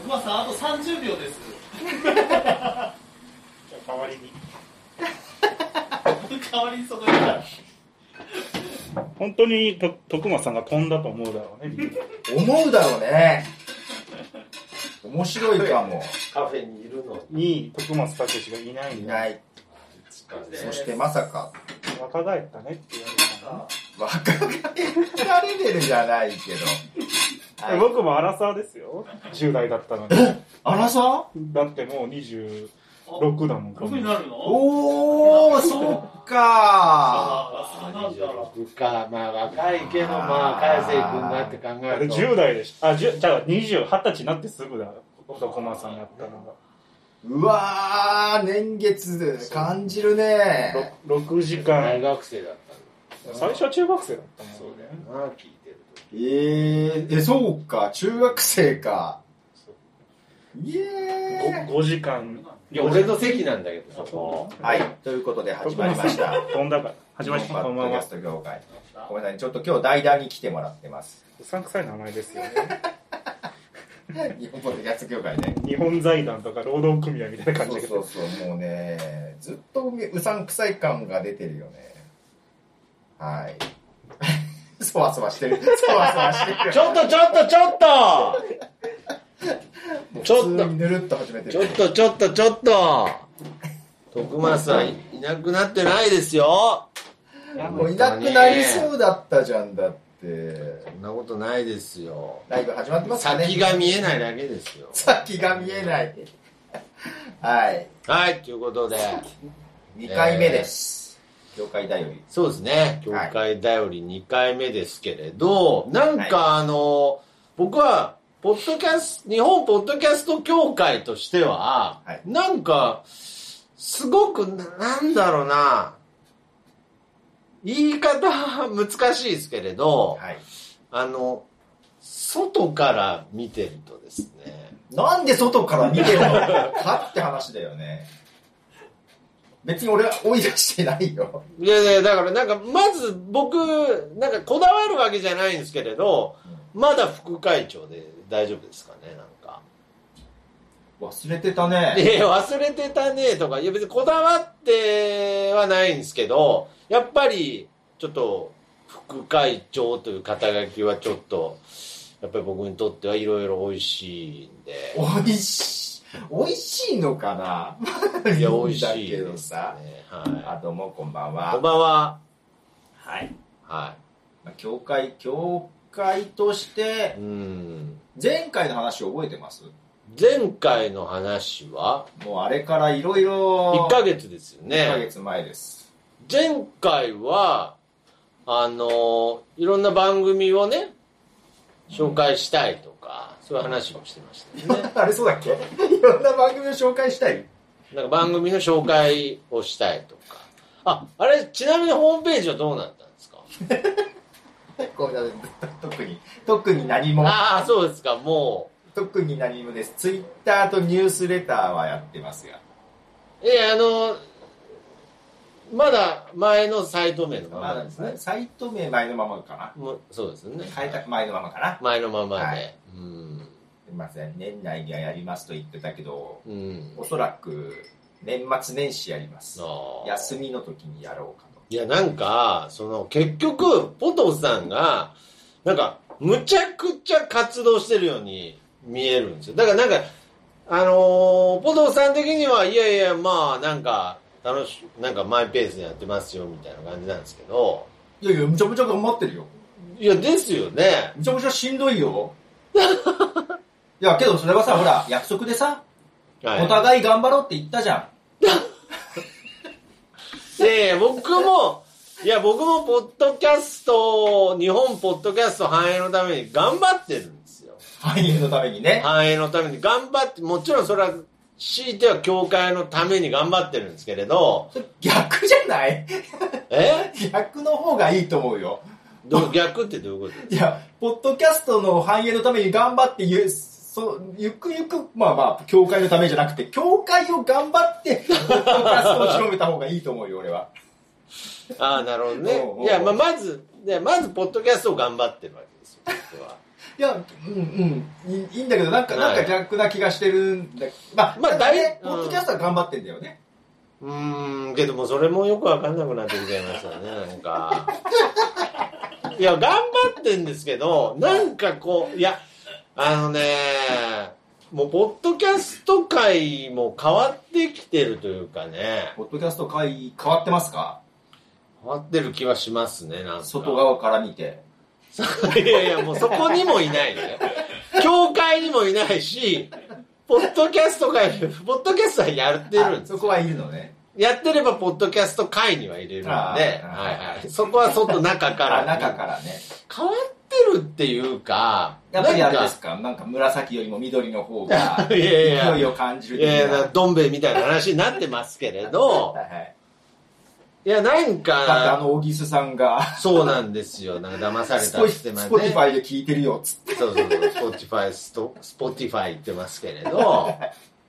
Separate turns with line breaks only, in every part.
くまさんあと30秒です
じゃあ代わりに
代わりにそこに行った
本当にと徳間さんが飛んだと思うだろうね
思うだろうね。面白いかも。
カフェにいるの
に徳松武史がいない
い
んだ
ない。
近くで
そしてまさか、
若返ったねって言われたか
若返レベルじゃないけど。
ら、
はい
僕もアラサーですよ10代だったのに
あらさ
だってもう26
あ
だもん
6になるの
おー、そっか
あそうなんだ
26かまあ若いけどまあ大成君がって考
あ
え
れ
ると
10代でしたあじゅじゃあ20 20歳になってすぐだ徳間さんやったの
うわー、年月感じるね
が 6, 時
大
間
学生だった
最初は中学生だった
のそ
も
うんだ
ね
よな聞いてると
えー、え、そうか、中学生か
そ。
イエーイ
5, 時間
いや俺の席なんだけどそこ
はい、ということで始まりました。
飛んだから始まりました
こ
こ
ん
ん
ば
ば
ん
ん
は。
は
スト業界。ごめんなさい、ちょっと今日代打に来てもらってます。
うさんくさい名前ですよね
日本ポッドキャスト業界ね。
日本財団とか労働組合みたいな
そ
感
う
じだけ
そ
ど
うそう、もうね、ずっとうさんくさい感が出てるよね。はい。 そわそわしてる。そわそわしてる。
ちょっとちょっとちょっとちょっと
普通にぬるっと始めてる。
ちょっとちょっとちょっと徳松さんいいなくなってないですよ
もういなくなりそうだったじゃんだって。
そんなことないですよ
ライブ始まってますかね。
先が見えないだけですよ
先が見えない。はい。
はいということで
2回目です。業界だより。
そうですね教会頼り2回目ですけれどなんかあの僕はポッドキャス日本ポッドキャスト協会としては、
はい
なんかすごくななんだろうな言い方 は難しいですけれど、
はい。
あの、外から見てるとですね、
なんで外から見てるのかって話だよね。別に俺は追い出してないよ。
いやいや、だからなんか、まず僕、なんかこだわるわけじゃないんですけれど、まだ副会長で大丈夫ですかね、なんか。
忘れてたね。
え、忘れてたねとか、いや別にこだわってはないんですけど、やっぱり、ちょっと、副会長という肩書きはちょっと、やっぱり僕にとってはいろいろ美味しいんで、
美味しい。美味しいのかない
や、美
ん
味
だ
しい
けど
ですね
さ。。
は
あ、どうも、こんばん
い。こん
は。
ばんは。
はい。
は
まあ教会、教会とし
い。
て
う、ん。
前回の話覚えてます
前回の話は
もうあれからいろいろ
1、ヶ月ですよ
1ヶ
ね
月前です。
前回はあのいろんな番組をね紹介したいとか、そういう話もしてましたよね
あれそうだっけいろんな番組を紹介したい
なんか番組の紹介をしたいとかああれちなみにホームページはどうなったんですか
ごめんなさい特に、特に何も、
ああそうですかも
特に何もです。ツイッターとニュースレターはやってますが。
うえあのまだ前のサイト名のまま
ま
な
あ
んですね、
サイト名前のままかな。
もうそうですよね
変えた前のままかな。
前のままで、
はい
うん
すいません、年内にはやりますと言ってたけど、
うん
おそらく年末年始やります。休みの時にやろうかと。
いやなんかその結局ポトフさんがなんかむちゃくちゃ活動してるように見えるんですよだからなんかあのーポトフさん的にはいやいやまあなんか楽しなんかマイペースでやってますよみたいな感じなんですけど
いやいや、むちゃむちゃ頑張ってるよ。
いやですよね
むちゃむちゃしんどい よ。いや、けどそれはさ、ほら、約束でさ、お
は
互い頑張ろうって言ったじゃん。
いで僕もいや僕もポッドキャスト日本ポッドキャスト繁栄のために頑張ってるんですよ
繁栄のためにね。
繁栄のために頑張って、もちろんそれは、強いては教会のために頑張ってるんですけれど、
それ逆じゃない
え
逆の方がいいと思うよ。
ど逆ってどういうこと
いや、ポッドキャストの繁栄のために頑張ってゆ、そゆくゆく、まあまあ、教会のためじゃなくて、教会を頑張って、ポッドキャストを広めた方がいいと思うよ、俺は。
ああ、なるほど
おうおう
ね。いや、まあ、まず、いやまず、ポッドキャストを頑張ってるわけですよ、僕は。
いや、うんうんいい、いいんだけど、なんか、
は
ないんか逆な気がしてるんだ。まあ、
まあ
だ
だい
い
うん
ポッドキャストは頑張ってんだよね。
うーん、けどもそれもよくわかんなくなってきちゃいましたよね、なんか。いや、頑張ってんですけど、なんかこう、いや、あのね、もう、ポッドキャスト界も変わってきてるというかね、
ポッドキャスト会変わってますか
変わってる気はしますね、なんか。
外側から見て。
いやいや、もうそこにもいないね。教会にもいないし、ポッドキャスト界、ポッドキャストはやってるん
あ
です
そ。こはいるのね。
やってれば、ポッドキャスト界には入れるんで、
あ
は
ー
いはい。そこは外中か
あ
ら。
中からね。
変わってるっていうか、
やっぱりあれ
なん
で
か、
すかなんか紫よりも緑の方が
いやいや
勢いを感じる
い
というか
やいや、なんかどん兵衛みたいな話になってますけれど
は、いはい
いや、なん
だってあ
か、
の、オギスさんが、
そうなんですよ。なんか騙され
ス
た
ポ
り
イ
してま
ス
す
ポティ
ね
フ。ァイで聞いてるよ、つって。
そうそうそう、スポティファイ、ストスポティファイ言ってますけれ ど、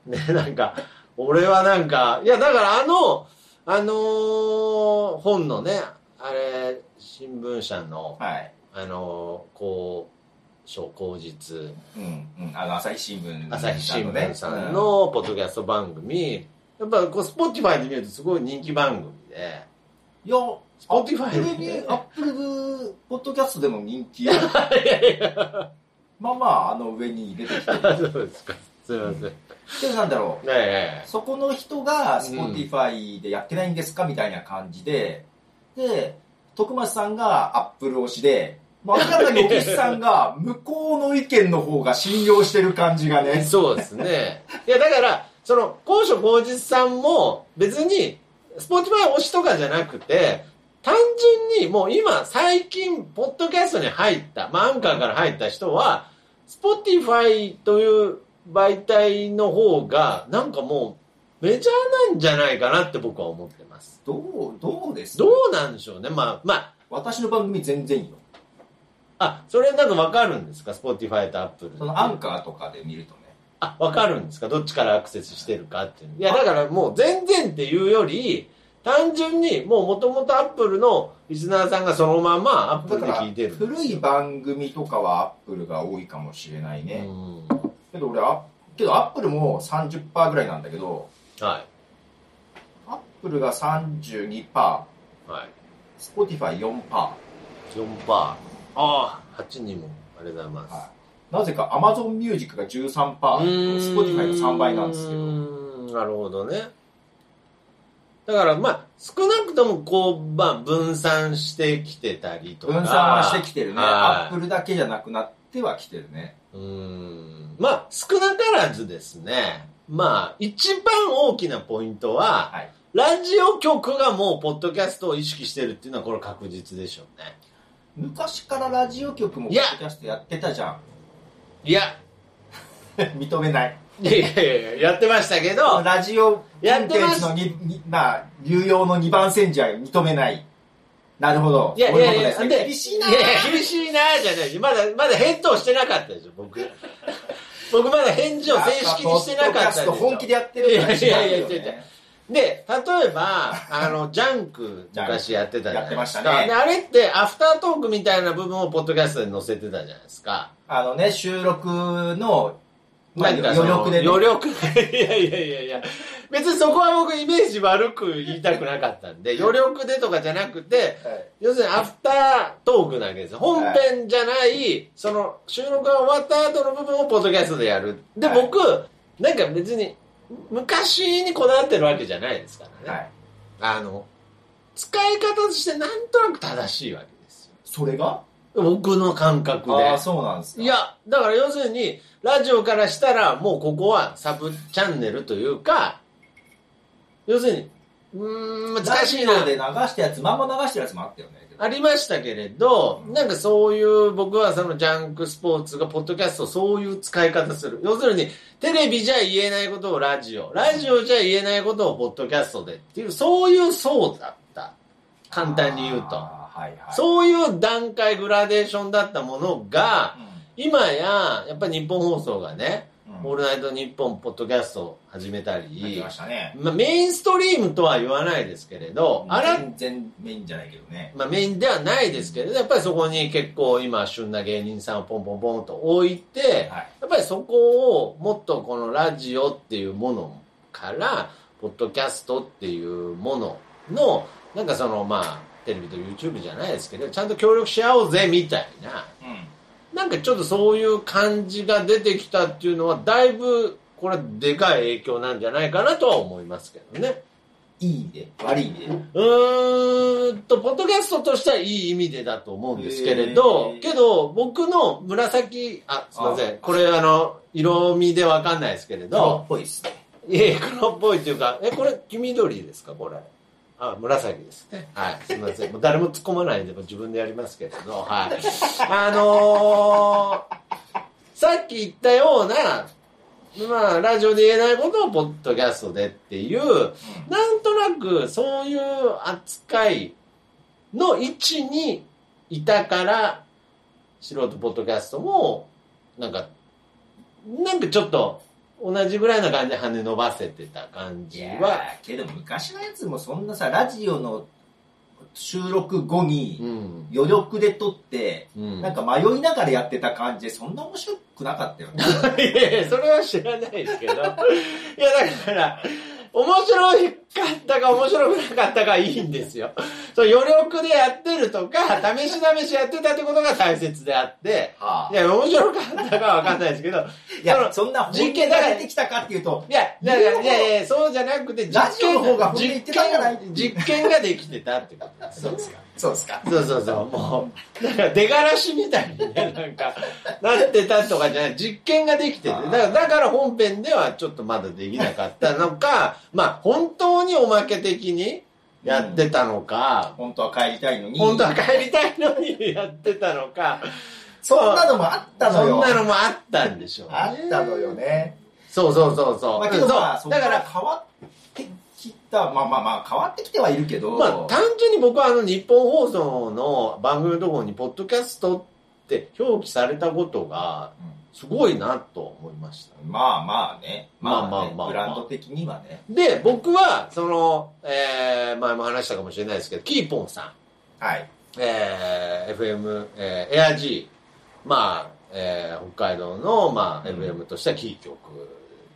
ね、なんか、俺はなんか、いや、だからあの、あのー本のね、あれ、新聞社の、
はい。
あのーこう、小口実、
うん、うん。あの、朝日新聞、
朝日新聞さん、のポッドキャスト番組、やっぱこう、スポティファイで見るとすごい人気番組で、
いや、
スポティフ
テレ
ァイ
ビ
で、、
アップルポッドキャストでも人気。 いやいやまあまあ、あの上に出てきてる。
そうですか。すいません。ね
けどなんだろう。
え、
そこの人が Spotify でやってないんですかみたいな感じで、で、徳松さんがアップル推しで、まあ、明らかにお岸さんが向こうの意見の方が信用してる感じが
ええ
ね。
そうですね。いや、だから、その、高所高実さんも、別に、スポティファイ推しとかじゃなくて、単純にもう今、最近、ポッドキャストに入った、まあ、アンカーから入った人は、スポティファイという媒体の方が、なんかもう、メジャーなんじゃないかなって僕は思ってます。
どう、どうです
どうなんでしょうね。まあ、ま
私の番組全然いいよ。
あ、あ、それなんかわかるんですか ?Spotify と Apple
そのアンカーとかで見るとね。
あ、わかるんですかどっちからアクセスしてるかっていう。いや、だからもう全然っていうより、単純にもう元々 Apple のリスナーさんがそのままアップ
だ
ル
から
で聞いてる。
古い番組とかはアップルが多いかもしれないうね。
ん。
けど俺は、けどアップルも30%ぐらいなんだけど、
は
アップルが32%、
い。はい。
Spotify4%。
4%。ああ、8人も。ありがとうございます。
はいなぜか Amazon Music が13%、Spotify が3倍なんですけ
う
ど。
ーんなるほどねだからまあ少なくともこう、まあ、分散してきてたりとか
分散はしてきてるね。ア
は
ッ
い
プルだけじゃなくなってはきてるね。
うーんまあ少なからずですねまあ一番大きなポイントは、
はい
ラジオ局がもうポッドキャストを意識してるっていうのはこれ確実でしょうね
昔からラジオ局もポ
いや
ッドキャストやってたじゃん。
いや
認めない。
いやいやいややってましたけど
ラジオコン
や
テ
って
ン
ま
ツ
す
のに、にまあ、流用の2番煎じは認めない。なるほど。
いやい
こうう
や
こと
い
です
や、
ね
で
厳しいな。
いやいや厳しいなじゃないし、まだ、まだ返答してなかったでしょ、僕。僕まだ返事を正式にしてなかっ
ポッドキャ
たでしょ。
スト本気でやってるから違うよね
いやいやいや違う違うで、例えば、あ の、ジャンク、昔やってたじゃないですか。
やってましたね
であれって、アフタートークみたいな部分をポッドキャストに載せてたじゃないですか。
あのね、収録の、まあ、
なんかそ
余
の
力でね。
余力。 いやいやいやいや。別にそこは僕イメージ悪く言いたくなかったんで、余力でとかじゃなくて、
はい
要するにアフタートークなわけです本編じゃない、その収録が終わった後の部分をポッドキャストでやるで、
はい
僕なんか別に昔にこだわってるわけじゃないですからね、
はい。
あの使い方としてなんとなく正しいわけです
それが
よ僕の感覚
ああ、
で
そうなんですか。
いやだから要するにラジオからしたらもうここはサブチャンネルというか要するにうーん難しいな
ラジオで流したやつ、まんま流してるやつもあったよね。
ありましたけれど、なんかそういう、僕はそのジャンクスポーツが、ポッドキャスト、そういう使い方する。要するに、テレビじゃ言えないことをラジオ、ラジオじゃ言えないことをポッドキャストでっていう、そういう層だった。簡単に言うと。
あーはいはい。
そういう段階、グラデーションだったものが、
うん
今や、やっぱり日本放送がね、
うん
オールナイトニッポン」ポッドキャストを始めた
やって
り
ましたね。
まあ、メインストリームとは言わないですけれど、あら、
全然メインじゃないけどね。
まあ、メインではないですけれど、やっぱりそこに結構今、旬な芸人さんをポンポンポンと置いて、
はい。
やっぱりそこをもっとこのラジオっていうものから、ポッドキャストっていうものの、なんかそのまあ、テレビと YouTube じゃないですけど、ちゃんと協力し合おうぜみたいな、
うん。
なんかちょっとそういう感じが出てきたっていうのは、だいぶ、これでかい影響なんじゃないかなとは思いますけどね。
いい意味で、悪い意味で。
うーんと、ポッドキャストとしてはいい意味でだと思うんですけれど
へ、ー
けど、僕の紫、あ、すいません。これ、あの、色味でわかんないですけれ
黒
ど
っ、ぽいっすね。
いえ、黒っぽいというか、え、これ、黄緑ですか、これ。あ、紫ですね。はい、すいません。もう誰も突っ込まないんで、もう自分でやりますけれど、 はい。あのー、さっき言ったような、まあ、ラジオで言えないことをポッドキャストでっていう、なんとなくそういう扱いの位置にいたから素人ポッドキャストもなんかなんかちょっと同じぐらいな感じで羽伸ばせてた感
い
じ
や
は、
ーけど昔のやつもそんなさ、ラジオの収録後
う
に
ん
余力で撮って、
うん、
なんか迷いながらやってた感じで、そんな面白くなかったよね。
いやいやそれは知らないですけどいやだから面白かったか面白くなかったかいいんですよそう余力でやってるとか試し試しやってたってことが大切であって
はいあ
や、面白かったかわかんないですけど、い
いや、そんな本気が出てきたかっていうと、
や、いやいやいやいや、そうじゃなくて、実
ラジオの方が本気言っ
実
てたんじゃない
験、実験ができてたってことです。
そうですか。そうですか。
そうそうそう、もう、なんか出がらしみたいにね、なんか、なってたとかじゃない、実験ができてて、だからだから本編ではちょっとまだできなかったのか、まあ、本当におまけ的にやってたのか、
本当は帰りたいのに。
本当は帰りたいのにやってたのか、
そんなのもあったの
そん
よ。
なのもあったんでしょう、
あったのよね。
そうそうそうそう。
まあけどまあ、
そ
そうこ
だ
か
からら、
変わってきた、まあまあまあ、変わってきてはいるけど、
まあ、単純に僕はあの日本放送の番組のところに、ポッドキャストって表記されたことが、すごいなと思いました。
まあまあね。まあね
まあまあまあ
ブランド的にはね。
で、僕は、その、えー、前も話したかもしれないですけど、キーポンさん、
はい。
えー、FM、えー、エア G、まあ、えー、北海道の、まあ、
うん
FM としてはキー局っ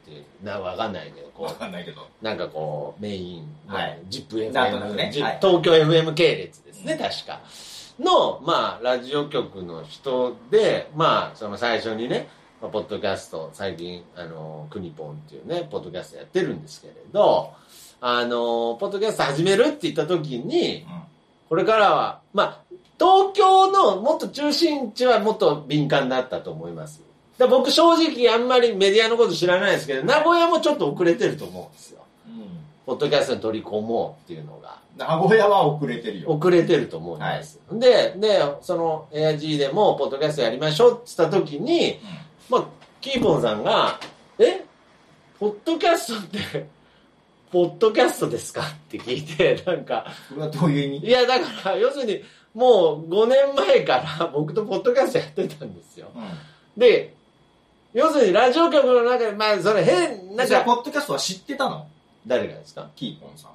ていう、な、わかんないけど、こう
わ、かんないけど。
なんかこう、メイン、
はい
ジップ FM、
なんとなくね
ジッ
はい
東京 FM 系列ですね、
うん
確か。の、まあ、ラジオ局の人で、まあ、その最初にね、まあポッドキャスト、最近、あの、クニポンっていうね、ポッドキャストやってるんですけれど、あの、ポッドキャスト始めるって言った時に、これからは、まあ、東京のもっと中心地はもっと敏感だったと思います。だから僕正直あんまりメディアのこと知らないですけど、名古屋もちょっと遅れてると思うんですよ。
うん。うん。
ポッドキャストに取り込もうっていうのが、
名古屋は遅れてるよ。
遅れてると思うんです。で、で、その AIG でも、ポッドキャストやりましょうって言った時に、まあ、キーポンさんが、えポッドキャストって、ポッドキャストですかって聞いて、 なんか、
これはどういう意味
いや、だから、要するに、もう5年前から僕とポッドキャストやってたんですよ。
うん。
で、要するにラジオ局の中で、まあ、それ変、なん
じゃあ、ポ
か、
ッドキャストは知ってたの
誰がですか
キーポンさん。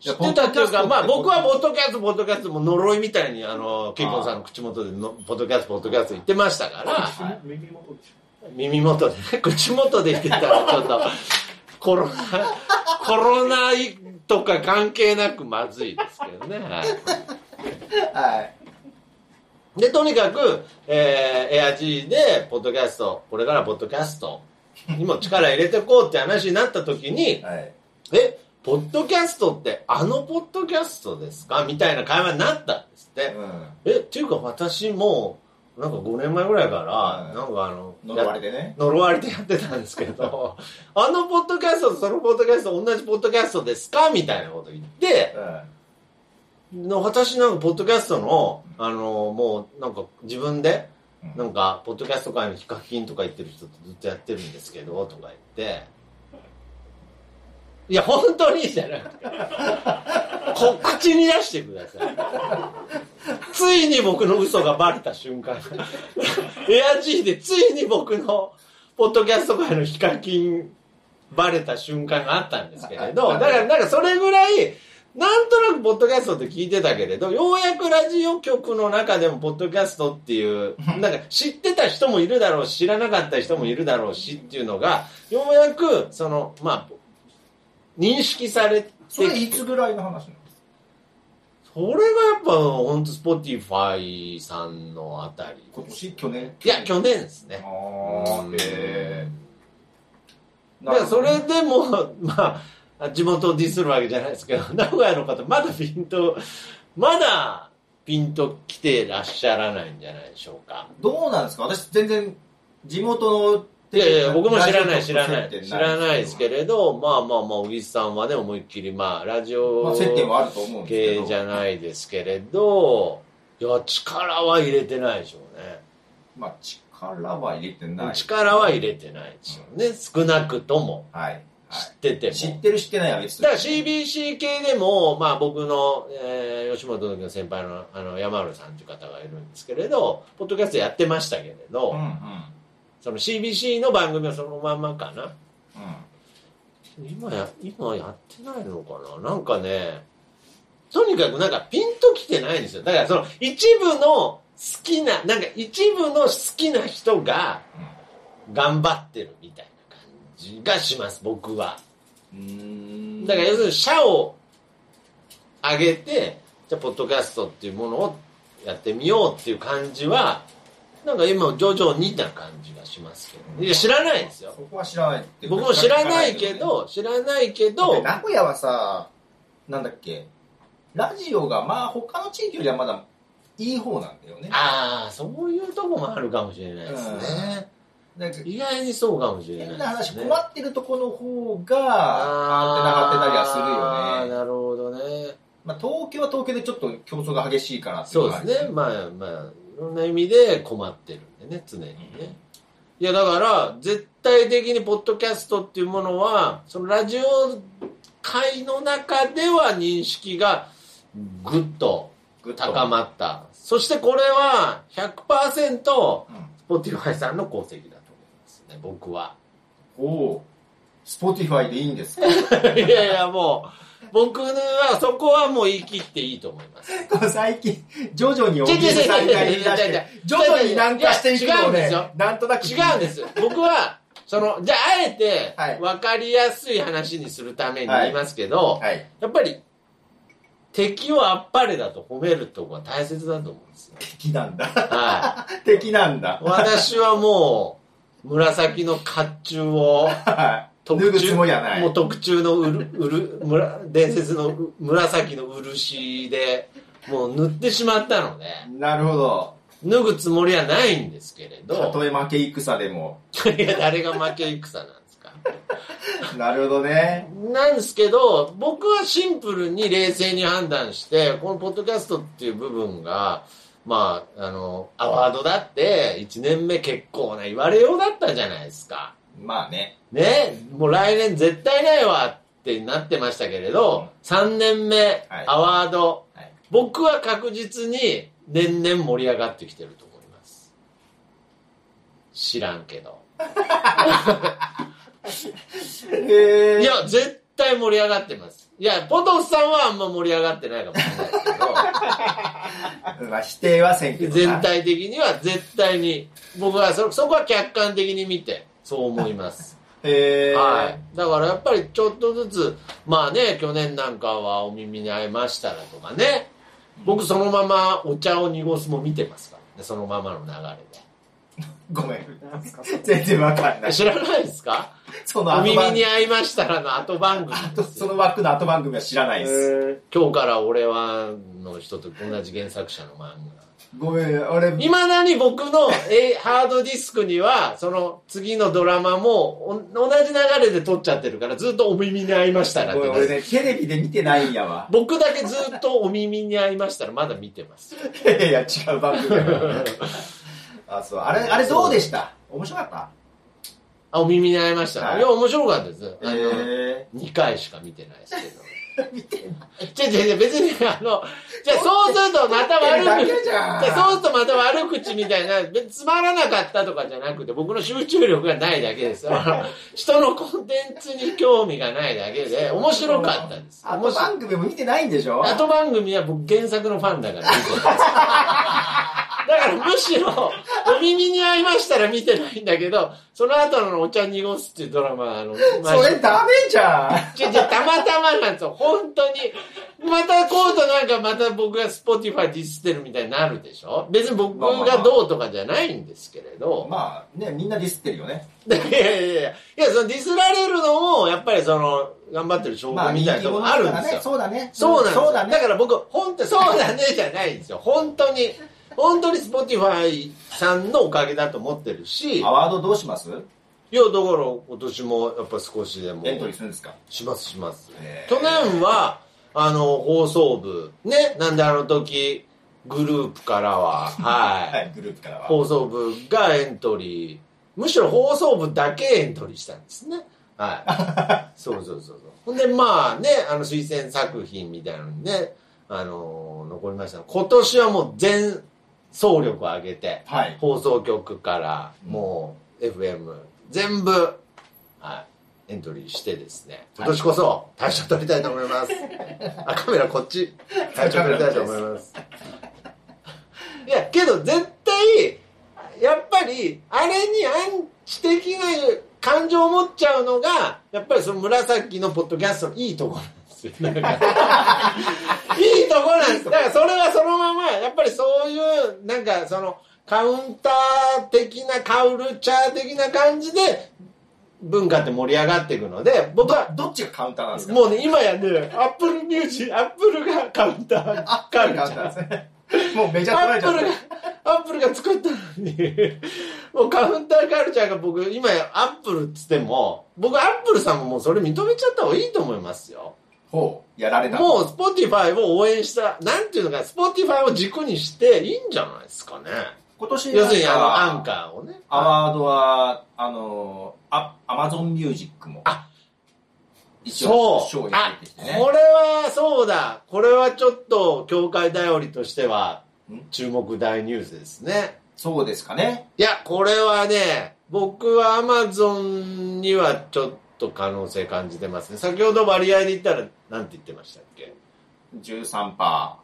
知ってたっていうか、まあ僕は
も
ポッドキャスト、ポッドキャスト、もう呪いみたいに、あの、ケイコンさんの口元での、ポッドキャスト、ポッドキャスト言ってましたから、
はい
耳元でし
耳元でね、口元で言ってたら、ちょっと、コ ロナ、コロナとか関係なくまずいですけどね。はい
はい。
で、とにかく、えー、エア G で、ポッドキャスト、これからポッドキャストにも力入れていこうって話になった時に、
はい。
え、ポッドキャストってあのポッドキャストですかみたいな会話になったんですって。
うん。
え、っていうか私も、なんか5年前ぐらいか
は
ら、
い
なんかあの、
呪われ
や
てね。
呪われてやってたんですけ ど、あのポッドキャストとそのポッドキャスト同じポッドキャストですかみたいなこと言って、
う
の私なんかポッドキャストの、あの、もうなんか自分で、
ん。
なんか、ポッドキャスト界のヒカキンとか言ってる人とずっとやってるんですけど、とか言って、いや、本当にじゃなくて、こ口に出してください。ついに僕の嘘がバレた瞬間、エア G でついに僕のポッドキャスト界のヒカキンバレた瞬間があったんですけれど、
は
だ
い
から、なんかそれぐらい、なんとなくポッドキャストって聞いてたけれど、ようやくラジオ局の中でもポッドキャストっ ていう、なんか知ってた人もいるだろうし、知らなかった人もいるだろうしっていうのが、ようやく、その、まあ、認識されてき
それいつぐらいの話なんですか
それがやっぱ、ほんと、スポティファイさんのあたり。
今年去年
いや、去年ですね。
あ
うん
ーへー
だからそれ
なる
でも、まあ、地元をディスるわけじゃないですけど、 名古屋の方、まだピンと、まだピンと来てらっしゃらないんじゃないでしょうか。
ほどどうなんですか私全然地元の
いやいや、僕も知らない、知らな
ラジオ
い、
と
知
接点
らないですけれど、まあまあまあ、小木さんはね、思いっきり、まあ、ラジ
ま
オ
あ、接点はあると思うんですけ
系
ど
じゃないですけれど、いや、力は入れてないでしょうね。
まあ力は入れてない
力は入れてないですよね、少なくとも
はい、はい
知ってても、
知ってる知ってないは別と
だから CBC 系でも、まあ、僕の、えー吉本の先輩のあの山原さんという方がいるんですけれどポッドキャストやってましたけれど、
うんうんうん
その CBC の番組はそのまんまかな今や今やってないのかななんかねとにかくなんかピンときてないんですよだからその一部の好きななんか一部の好きな人が頑張ってるみたいな感じがします僕は
うーん
だから要するに社を上げてじゃあポッドキャストっていうものをやってみようっていう感じはなんか今徐々にな感じがしますけどいや知らないですよ
そこは知らないって
僕も知らないけど知らないけ
だって
ど
名古屋はさなんだっけラジオがまあ他の地域よりはまだいい方なんだよね
ああそういうとこもあるかもしれないですね
なんか
意外にそうかもしれ
変な
ないで
話
すね
困ってるとこの方がアンテナ張ってたりはするよね、
あーなるほどね
まあ、東京は東京でちょっと競争が激しいからってい
そ
の
うう
がある
ですねまあまあいろんな意味で困ってるんでね常にね、いやだから絶対的にポッドキャストっていうものはそのラジオ界の中では認識がぐっと
グッと
高まったそしてこれは100%
うん
スポティファイさんの功績だと思いますね僕は
おおスポティファイでいいんですか
いやいやもう僕はそこはもう言い切っていいと思います
最近徐々にお
違う違う違う
店さんが言い出し
違う違う違う
て徐々に南下していくの
いや違うんで
です
よ
なんとなく
違うんです僕はそのじゃああえて
はい
分かりやすい話にするために言いますけど、
はい
やっぱり敵をあっぱれだと褒めるとこは大切だと思うんですよ。
敵なんだ
は
敵なん
い。
だ
私はもう、紫の甲冑を、
脱ぐつもりはない
もう特注のうる、うる、むら伝説のう紫の漆で、もう塗ってしまったので、
なるほど
脱ぐつもりはないんですけれ
た
ど、
とえ負け戦でも
いや誰が負け戦なんですか。
なるほどね
なんですけど、僕はシンプルに冷静に判断して、このポッドキャストっていう部分が、まあ、あの、アワードだって、1年目結構な言われようだったじゃないですか。
まあね
ね、もう来年絶対ないわってなってましたけれど、3年目、
はい
アワード、
はい
僕は確実に年々盛り上がってきてると思います。知らんけど。
へえ
いや、絶対盛り上がってます。いや、ポトフさんはあんま盛り上がってないかもしれない
まあ否定はせん
け
け
ど、
ど
全
な
体的には絶対に、僕はそそこは客観的に見て、そう思います。
へえ
はい。だからやっぱりちょっとずつ、まあね、去年なんかはお耳に合いましたらとかね、僕そのままお茶を濁すも見てますからね、そのままの流れ
ごめん全然わかんな
で。
い
知らないですか
その
お
後
耳
番
に合いましたらの後番 組
あと
です
そ
よ。
の枠の後番組は知らないです。
今日から俺はの人と同じ原作者の漫画。
ごめん、俺、
いまだに僕のえーハードディスクには、その次のドラマもお同じ流れで撮っちゃってるから、ずっとお耳に合いましたらっ
ごめ
て
ん
なる
俺ね、テレビで見てないんやわ。
僕だけずっとお耳に合いましたらまだ見てます。
いやいや、違う番組やからあ、そう。あれ、あれどうでした面白かった
あ、お耳に合いましたら、
はい
い、や、面白かったです。あの、
へえ
2回しか見てないですけど。
見てんだ
違う違う違う、別に、あの、じゃあそうするとまた悪
だ
く、
けじゃん
じゃあそうするとまた悪口みたいな、別につまらなかったとかじゃなくて、僕の集中力がないだけです。あの人のコンテンツに興味がないだけで、面白かったです。
あ
面
と
白
番組も見てないんでしょ
後番組は僕原作のファンだから見てないだからむしろ、お耳に合いましたら見てないんだけど、その後のお茶濁すっていうドラマ、あの、まあ
それダメじゃん
じゃ、じゃ、たまたまなんですよ。本当に。またコートなんかまた僕が Spotify ディスってるみたいになるでしょ別に僕がどうとかじゃないんですけれど。
まあね、みんなディスってるよね。
いやいやいやいや、そのディスられるのも、やっぱりその、頑張ってる証
まあ
拠みたいなとこあるんですよ。
そうだね。
そうなんですよ
そうだ
だ
ね。
から僕、本当そうだねじゃないんですよ。本当に。本当に Spotify さんのおかげだと思ってるし、いや、
ア
だか
ワードどうします
ら今年もやっぱ少しでも。
エントリーするんですか
しますします
へ。ー
去年は、あの、放送部、ね、なんであの時、グループからは、はい、
はい、グループからは。
放送部がエントリー、むしろ放送部だけエントリーしたんですね。はい。そうそうそうそう。ほんで、まあね、あの推薦作品みたいなのにね、あのー残りました。今年はもう全総力を挙げて、
はい。
放送局からもう FM 全部、はい、エントリーしてですね今年こそ大賞取りたいと思いますあカメラこっち大賞取りたいと思いますいやけど絶対やっぱりあれにアンチ的な感情を持っちゃうのがやっぱりその紫のポッドキャストのいいところなんですよなんかいいとこなんです。だからそれはそのまま、やっぱりそういう、なんかその、カウンター的な、カウルチャー的な感じで、文化って盛り上がっていくので、僕は、
どっちがカウンターなんですか
もうね、今やね、アップルミュージアップルがカウンター、
あ、
カ
カ
ウ
ウ
ル
ンター
チャー。
なんですね。もうめちゃ
アッ
取
プ
られ
ルが
ちゃっ、
アップルが作ったのに、もうカウンターカルチャーが僕、今やアップルっつっても、僕アップルさんももうそれ認めちゃった方がいいと思いますよ。
た。ほう、やられた。
もう Spotify を応援した、なんていうのか、Spotify を軸にしていいんじゃないですかね。
今年
要するにあの、
なん
ア
か
ンカーをね。
アワードは、あの、あアマゾンミュージックも。
あ
一応、
そ
賞
う
に。入
あ
っ、てき
こ
て
れ
ね。
はそうだ。これはちょっと、協会頼りとしては
ん、
注目大ニュースですね。
そうですかね。
いや、これはね、僕は Amazon にはちょっと可能性感じてますね。先ほど割合で言ったら、なんて言ってましたっけ
13%パ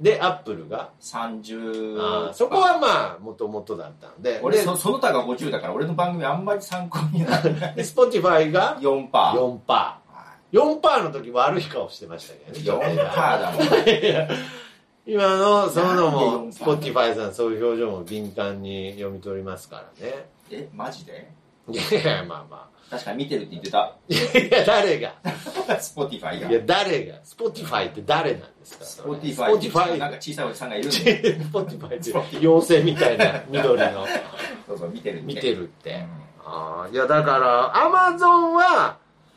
で、Apple が。
ー、30%
あーそこはまあ、もともとだったんで。
俺
で
そ、その他が50だから、俺の番組あんまり参考にならない。
で Spotify が
4%パー。
4パー。4パーの時悪い顔してましたけどね。
4%だもん。
今の、そのの
なん
も、
で
ス
4
ポティファイさんそういう表情も敏感に読み取りますからね。
え、マジで
いやいや、まあま
確かに見てるって言ってた。
あ。いや、誰が。
スポティファイ
いや
が。、
誰が。スポティファイって誰なんですか
ス
ス
ポティフ
スポティフ
ァイ。なん
ァ
か
イ。
小さいおじさんがいるん
ス
で。
ポティファイって妖精みたいな緑 の
そうそう、見てる
見て
っ
るって。
うん
ああ、いやだから、アマゾンは、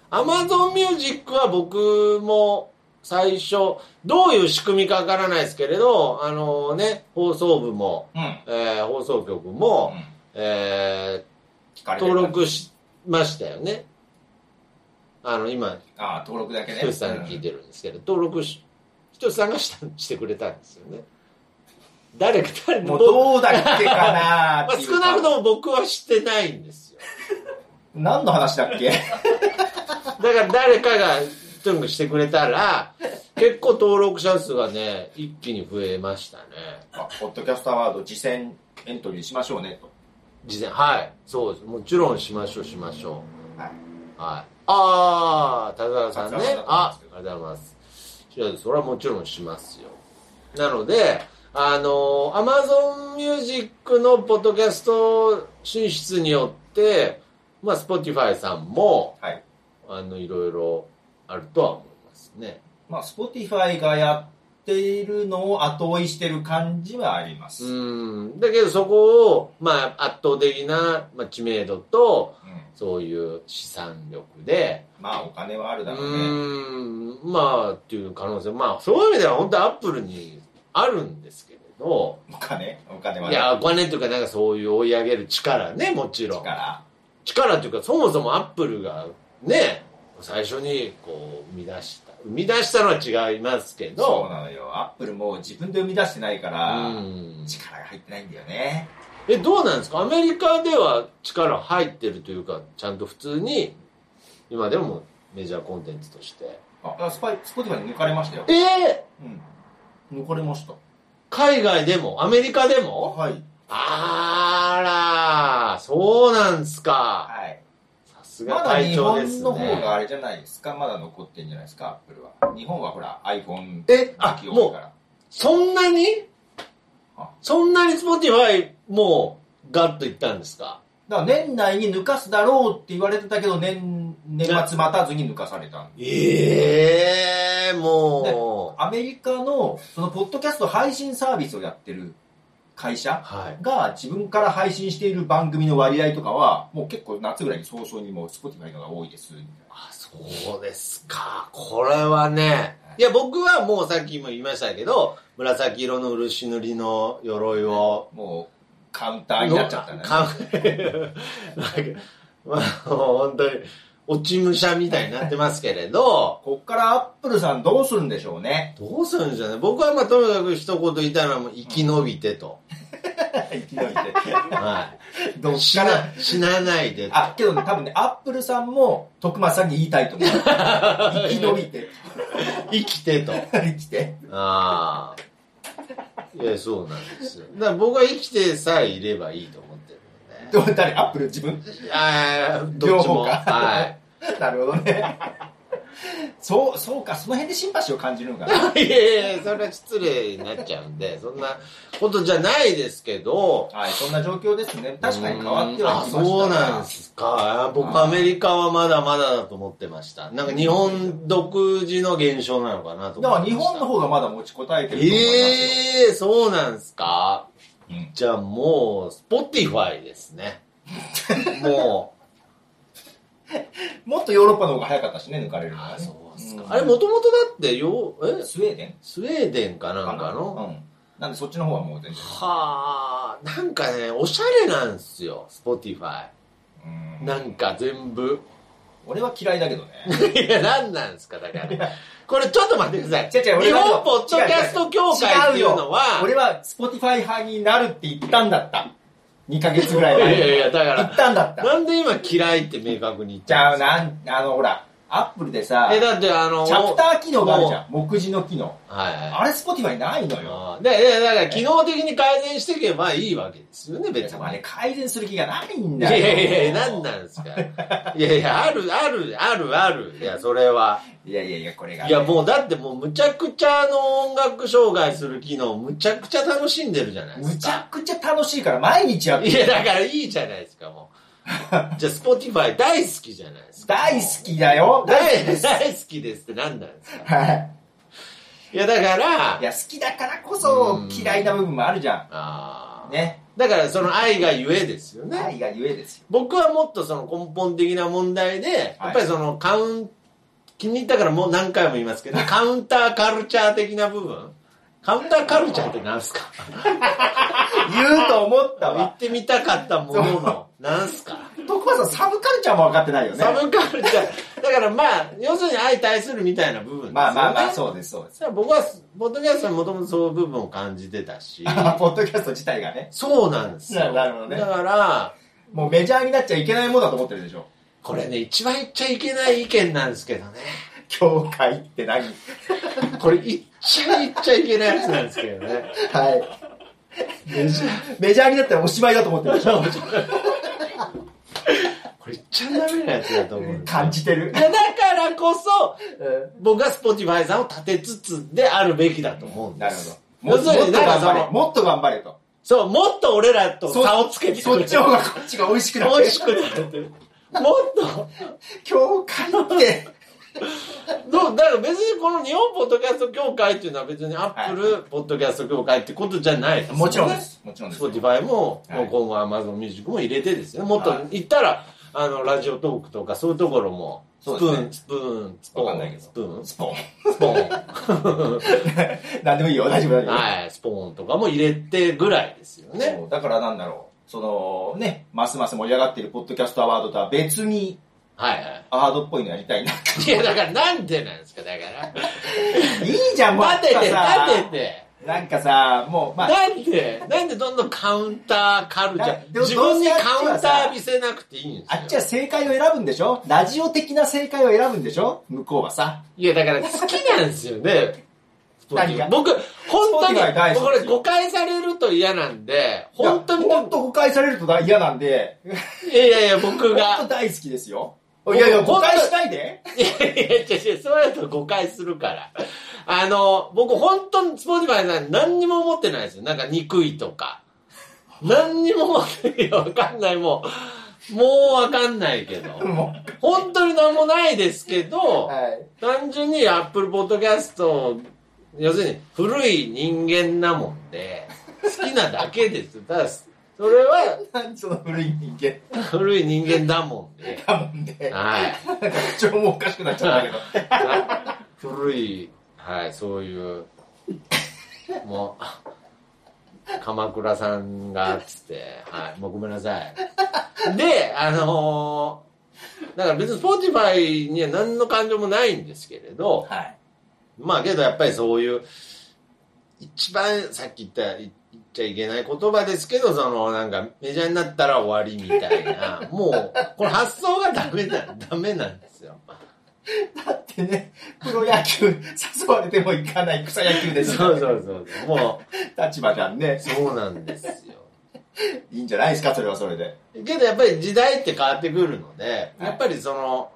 アマゾンミュージックは僕も最初、どういう仕組みかわからないですけれど、あのね、放送部も、
うん。
えー放送局
う
も、
ん
え
聞か
ー
れてる
登録しましたよね。あの、今、
ああ、登録だけね。
ひとしさんに聞いてるんですけど、登録し、ひとしさんがしたしてくれたんですよね。誰か、誰
うん
か
もうどうだっけかな
ま
ー
あ
っていう
少なくとも僕はしてないんですよ。
何の話だっけ
だから誰かがトゥングしてくれ たら、結構登録者数がね、一気に増えましたね。
あポッドキャストアワード、次戦エントリーしましょうね、と。
事前、はい。そうです。もちろんしましょう、しましょ。
はいう
はい。あー、田沢さんね
田沢さんだ。と思うんですけ、ど
あありがとうございます。いや、それはもちろんしますよ。なので、あの、Amazon Music のポッドキャスト進出によって、まあ、Spotify さんも、
はい。
あの、いろいろあるとは思いますね。
まあ、スポティファイがやっているのを後追いしてる感じはあります。うん。
うん、だけどそこを、まあ、圧倒的な、まあ、知名度とそういう資産力で
まあ、お金はある
う
だろうね。
んまあっていう可能性まあそういう意味では本当アップルにあるんですけれど
お金お金はいね。
やお金というかなんかそういう追い上げる力ねもちろん
力。
力というかそもそもアップルがね最初にこう生み出した生み出したのは違いますけ
そう
ど、
なのよ。アップルも自分で生み出してないか
う
ら、
ん
力が入ってないんだよね。
え、どうなんですかアメリカでは力入ってるというか、ちゃんと普通に、今でもメジャーコンテンツとして。
あ、スパイ、スポティファイに抜かれましたよ。
えー
うん。抜かれました。
海外でもアメリカで
あ
も
はい。
あらそうなんすか。
はい。
さす
ま
が
だ
会
日
長
本
です
の方が
ね。
あれじゃないですか、まだ残ってんじゃないですか、アップルは。日本はほら、iPhone
え、
が
あ
起、
も
用
う
か、ら。
そんなに
あ
そんなに Spotify もうガッといったんですか
だから年内に抜かすだろうって言われてたけど、年、年末待たずに抜かされた。
ええもう、
アメリカの、その、ポッドキャスト配信サービスをやってる会社
はい。
が自分から配信している番組の割合とかは、もう結構夏ぐらいに早々にもう Spotify の方が多いです。みたいな
あ、そうですか。これはね、いや、僕はもうさっきも言いましたけど、紫色の漆塗りの鎧を、
もう、カウンターになっちゃったね。
かなんかまあ、もう本当に、落ち武者みたいになってますけれど、
こっからアップルさんどうするんでしょうね。
どうするんじゃない僕はまあ、とにかく一言言いたいのは、もう生き延びてと。
生き延びて。
は
どっ
い。死
か
な
ら、、
死なないでと。
あ、けどね、多分ね、アップルさんも、徳松さんに言いたいと 思う。生き延びて、
生きてと。
生きて。
ああ。いや、そうなんですよ。だから僕は生きてさえいればいいと思ってるので。
ど誰アップル自分
ああ、どっち
両方
も。
か
は
なるほどね。そう、そうか、その辺でシンパシーを感じるのかな。
い。いやいや、それは失礼になっちゃうんで、そんなことじゃないですけど。
はい、そんな状況ですね。確かに変わってはきました
うん
が
あそうなんですか。僕、
あー
アメリカはまだまだだと思ってました。なんか日本独自の現象なのかなと思
だから
ってまし
日
た。
本の方がまだ持ちこたえてると思いますよ。
ええそうなんすか、
うん
じゃあもう、スポティファイですね。 も
もっとヨーロッパの方が早かったしね、抜かれる
う、
のは
あ
ね。
そうっすか。
うん
あれ、もともとだって、よう、え
スウェーデン
スウェーデンかな
か
んか
な
の、
うん。なんでそっちの方はもう全然。
はあ、なんかね、おしゃれなんすよ、スポティファ
うん
イ。なんか全部。
俺は嫌いだけどね。
いや、なんなんすか、だから。これ、ちょっと待ってください。
違う違う俺
日
は
本ポッドキャスト協会っていうのは、
俺は Spotify 派になるって言ったんだった。2ヶ月ぐらい
いや
前。
いやいや、だ
言
か
ったんだっ
ら、
た。
なんで今嫌いって明確に言っ
じ
ち
ゃ
ゃう
あ、
んですか
なん、あの、ほら、アップルでさ、
え、だって、あの、
チャプター機能があるじゃん。目次の機能。
はいはい。
あれ Spotify ないのよ。
あーで、でだから、機能的に改善していけばいいわけですよね、別
別
に。
にあれ改善する気がないん
い
だ
や
よ。
いやいや、なんなんですか。いやいや、ある、ある、ある、ある。いや、それは。
いやいやいや、これが。
いや、もう、だってもう、むちゃくちゃあの音楽障害する機能、むちゃくちゃ楽しんでるじゃないですか。
むちゃくちゃ楽しいから毎日やって
い
る。
や、だからいいじゃないですか、もう。じゃあ、スポティファイ大好きじゃないですか。
大好きだよ。大好き
大
です。
大好きですってなんなんですか。
はい
や、だから
い。い、や、好きだからこそ嫌いな部分もあるじゃん。
ああ。
ね。
だから、その愛がゆえですよね。
愛がゆえですよ。
僕はもっとその根本的な問題で、
はい
やっぱりそのカウン、気に入ったからもう何回も言いますけど、カウンターカルチャー的な部分カウンターカルチャーって何すか
言うと思った
言
わ。
ってみたかったものの、何すか
徳川さん、サブカルチャーも分かってないよね。
サブカルチャー。だからまあ、要するに相対するみたいな部分ですよね。
まあまあまあ、そうです、そうです。
だから僕は、ポッドキャストはもともとそういう部分を感じてた し、
ポッドキャスト自体がね、
そうなんですよ。
なるほどね
だから、
もうメジャーになっちゃいけないものだと思ってるでしょ。
これね、一番言っちゃいけない意見なんですけどね。
教会って何
これ言っちゃ言っちゃいけないやつなんですけどね。
はい。メジャーメジャーになったらおしまいだと思ってるでし ょ。
これ言っちゃダメなやつだと思う。
感じてる
い。やだからこそ、僕は Spotify さんを立てつつであるべきだと思うん
な
で
る
す。
ほど。もっとも
要
っ
する
と
になんか
頑張
そ
れ。
の、
もっと頑張れと。
そう、もっと俺らと差をつけてく
そ
れ
っちの方がこっちが美味しくな
美
る
味。しくなってる。もっと、
教会って。
どうだから別にこの日本ポッドキャスト協会っていうのは別に Apple ポッドキャスト協会ってことじゃないです、
もちろんで。す。もちろんです。
Spotify も、
はい
もう今後 Amazon Music も入れてですね、もっと
はい
言ったら、あの、ラジオトークとかそういうところも、スプ
そうです
ー
ね
ン、スプーン、スポ
わかんないけ
ーン、
ど
スプーン、
スポン。
スポーン。
何でもいいよ、大丈夫、大丈夫。
はい、スポーンとかも入れてぐらいですよね。
そうだからなんだろう。そのね、ますます盛り上がっているポッドキャストアワードとは別に、
はいは
アワードっぽいのやりたい な。
い。いや、だからなんでなんですか、だから。
いいじゃん、もう
立てて、
なんか
立て
さ、
て。
なんかさ、もう、まあ、
なんで、なんでどんどんカウンターカルチャー。
だ
自分に
どうせあっちはさ
カウンター浴びせなくていいん
あっ
で
ち
すよ
は。正解を選ぶんでしょラジオ的な正解を選ぶんでしょ向こうはさ。
いや、だから好きなんですよね。
何が
僕、本当に、
Spotify 大好き
僕これ誤解されると嫌なんで、本当に
いや、本当誤解されるとだ嫌なんで、
いやいやいや、僕
本当
が、
大好きですよ。い
僕
やいや、
本当
誤解しないで。
いやいやいやいや、そうやと誤解するから。あの、僕本当に Spotify さん何にも思ってないですよ。なんか憎いと か。何にも思ってない。わかんない、もう。もうわかんないけど。
も
本当に何もないですけ
う、
ど、
はい。
単純に Apple Podcast、要するに古い人間なもんで、好きなだけです。 ただ、それは
何その古い人間
古い人間だもんで、
だもんで、
はい。
なんか口調もおかしくなっちゃったけど。
古い、はい、そういう、もう、鎌倉さんが、つって、はい、もうごめんなさい。で、あのーだから別に Spotify には何の感情もないんですけれど、
はい。
まあけどやっぱりそういう、一番さっき言った、言っちゃいけない言葉ですけど、そのなんかメジャーになったら終わりみたいな、 もう、これ発想がダメだ、ダメなんですよ。
だってね、プロ野球誘われても行かない草野球です
そうそうそうそう。も
立場じゃん
う、
ね。
そうなんですよ。
いいんじゃないですか、それはそれで。
けどやっぱり時代って変わってくるので、やっぱりその、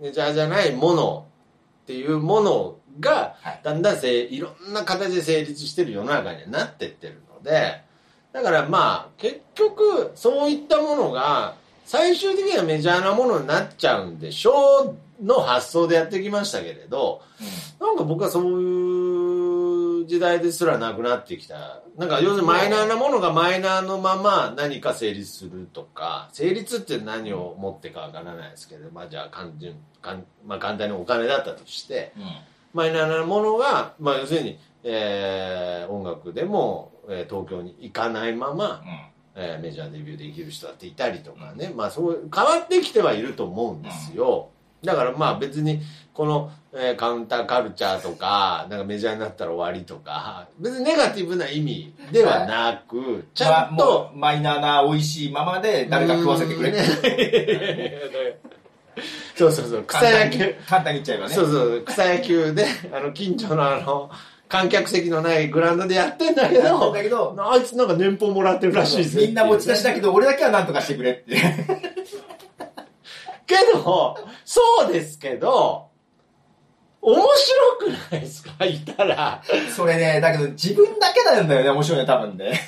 うんメジャーじゃないものっていうものが
はい、
だんだんせいろんな形で成立してる世の中にはなってってるので、だからまあ、結局、そういったものが、最終的にはメジャーなものになっちゃうんでしょうの発想でやってきましたけれど、なんか僕はそういう時代ですらなくなってきた。なんか要するにマイナーなものがマイナーのまま何か成立するとか、成立って何を持ってかわからないですけど、まあじゃあ簡単、簡まあ簡単にお金だったとして、
うん。
マイナーなものが、まあ要するに、えー音楽でも、えー東京に行かないまま、えーメジャーデビューできる人だっていたりとかね、まあそう変わってきてはいると思うんですよ、だからまあ別にこの、えーカウンターカルチャーとかなんかメジャーになったら終わりとか別にネガティブな意味ではなく、ちゃん
まあも
と、
うマイナーな美味しいままで誰か食わせてくれっ
うん
て
そうそうそう草野球
簡単に簡単に言っちゃえばね
そうそう草野球であの近所のあの観客席のないグラウンドでやってんだけ
やってん
ど
だけど
あいつなんか年俸もらってるらしいぜっていう
みんな持ち出しだけど俺だけは何とかしてくれって
けど、そうですけど、面白くないですかいたら。
それねだけど自分だけなんだよね面白いね多分ね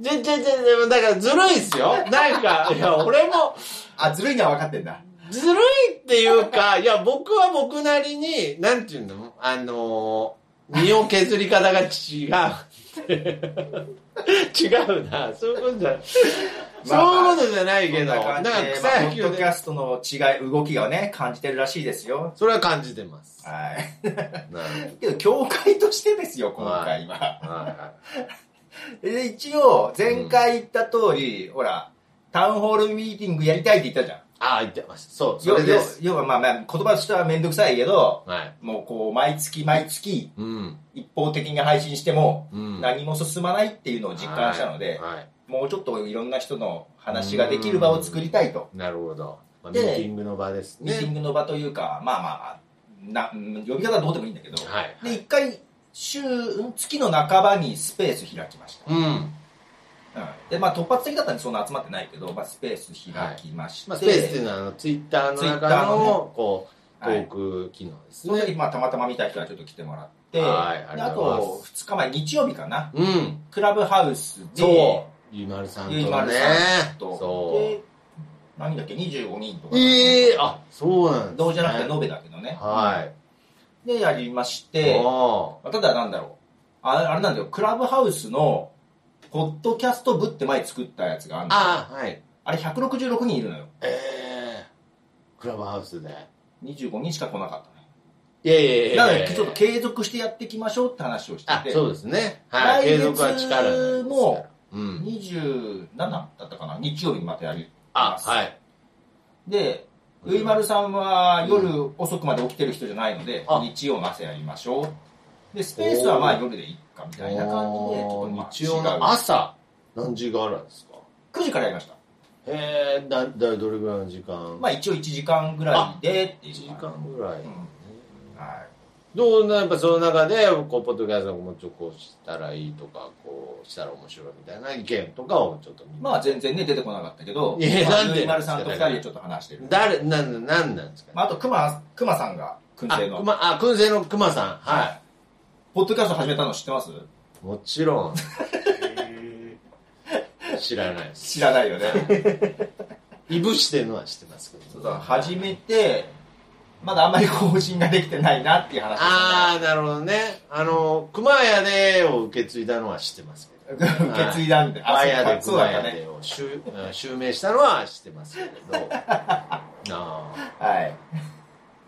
じゃ、じゃ、じゃ、じゃだからずるいっすよ。なんか、いや、俺も、
あずるいのは分かってんだ
ずるいっていうか、いや、僕は僕なりに、なんていうのあのー身を削り方が違う。違うな。そういうことじゃない。
まあまあ
そういうことじゃないけど、
そんな
な
感じ
んか
でま
草
あ
野
ポッ
球
ドキ
で、
ャストの違い動きがね感じてるらしいですよ
それは感じてます。
はい
なる
けど教会としてですよ今回は、
ほどはいはい
で一応前回言った通り、ほらタウンホールミーティングやりたいって言ったじゃん
ああ、言ってます。そう、それです。
要要はまあまあ言葉としては面倒くさいけど
はい。
もうこう毎月毎月
うん。
一方的に配信しても
うん。
何も進まないっていうのを実感したので、
はい。はい
もうちょっといろんな人の話ができる場を作りたいと、
なるほど。まあ、ミ
で
ーティングの場です
ミーティング
ね。
の場というかまあまあまあなうん呼び方はどうでもいいんだけど、
はい。
で一回週うん月の半ばにスペース開きました、
うん。
うんでまあ、突発的だったんでそんな集まってないけど、まあ、スペース開きまして、
まあ、スペースっていうのは、あの、ツイッターの中
Twitter の
の、こう、ト
はい
ーク機能です
その時、
ね。
まあ、たまたま見た人はちょっと来てもらって、
はいあり
で
が
あ
とうございます
と2日前日曜日かな
うん。
クラブハウスで
そう。ゆいまるさんとね。
ゆいまるさんと
そ
で何だっけ25人と
う。
か
ええあ、そうなんですね
どうじゃなくて延べだけどね
は
でやりまし
い。
て
お
まあただなんだろうあれあれなんだよクラブハウスのポッドキャスト部って前作ったやつがある
ー
のあ
ああ、はい。
れ166人いるのよ
ええクラブハウスで。
25人しか来なかったね
いやいやいやい
な
や
のでちょっと継続してやっていきましょうって話をして
あ、
て
そうですね。はい。
来
継
月
続は力なんですから
も
うん。
27だったかな日曜日にまたやり
あ
ま、す
はい。
でゆいまるさんは夜遅くまで起きてる人じゃないので、
あ
日曜の朝やりましょう。で、スペースはまあ夜でいいかみたいな感じで、ちょっとまあ
日曜の朝、何時間あるんですか
9時からやりました。
えー、だ、だ、どれぐらいの時間
まあ一応1時間ぐらいでっていう。
1時間ぐらい。
うんはい。
どうな、やっぱその中で、こう、ポッドキャストもうちょっとこうしたらいいとか、こうしたら面白いみたいな意見とかをちょっと見
まあ全然ね、出てこなかったけど、
いや
まあ
なんで
ゆいまるさんと2人でちょっと話してる。
誰、なん、なんなんですか、
まああと、熊、熊さんが、燻
あ、
製の。
熊、あ、燻製の熊さん。は
ポッドキャスト始めたの知ってます
い。もちろん、
え
知らないです。
知らないよね。
いぶしてるのは知ってますけど。
そうだ、始めて、まだあんまり更新ができてないなっていう話
ああ、なるほどね。あの、熊谷でを受け継いだのは知ってますけど。
受け継いだんで。
熊
そう
谷
か
で
そう
熊
だった
谷
ね。
でを襲襲名したのは知ってますけれ ど。なあ。
はい。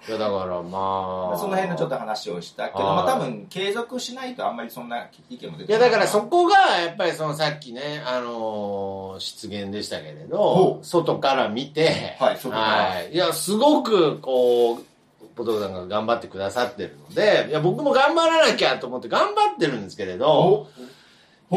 いや、だからまあ。
その辺のちょっと話をしたけど、
あ
ま
ー
あ多分継続しないとあんまりそんな意見も出て
いや、だからそこが、やっぱりそのさっきね、あのー失言でしたけれ
ほ
ど、外から見て、
はい外から
はいいや、すごく、こう、ポトフさんが頑張ってくださってるので、いや、僕も頑張らなきゃと思って頑張ってるんですけれど、い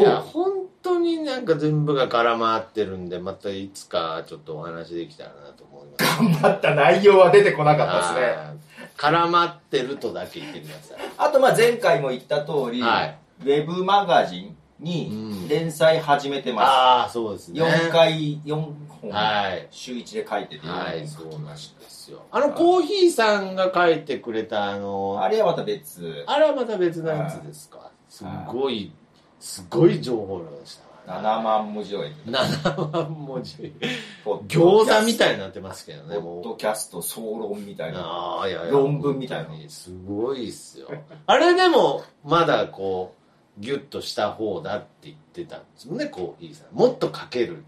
ほう
や、本当になんか全部が空回ってるんで、またいつかちょっとお話できたらなと思います。
頑張った内容は出てこなかったですね。
はい絡まってるとだけ言ってください。
あとまあ前回も言った通り、
はい
ウェブマガジン
う
に
ん
連載始めてま
ああ、そうです
す。
ね。
4回、4本、
はい。
週1で書いてて、
はい、
書
そう
き
なん
ま
で
した
すよ。あの、コーヒーさんが書いてくれた、あの、
あれはまた別、
あれはまた別のやつですか。すごい、すごい情報量でした。
7。万文字を
7万文字。
ポッド
餃
キャ
子み
ス
たいになってますけどね、
トポッド
もう。
キャスト総論みたいな。
ああ、いやいや。
論文みたいな
本当にすごいっすよ。 あれでも、まだこう、ギュッとした方だって言ってたんですよね、コーヒーさん。もっと書ける。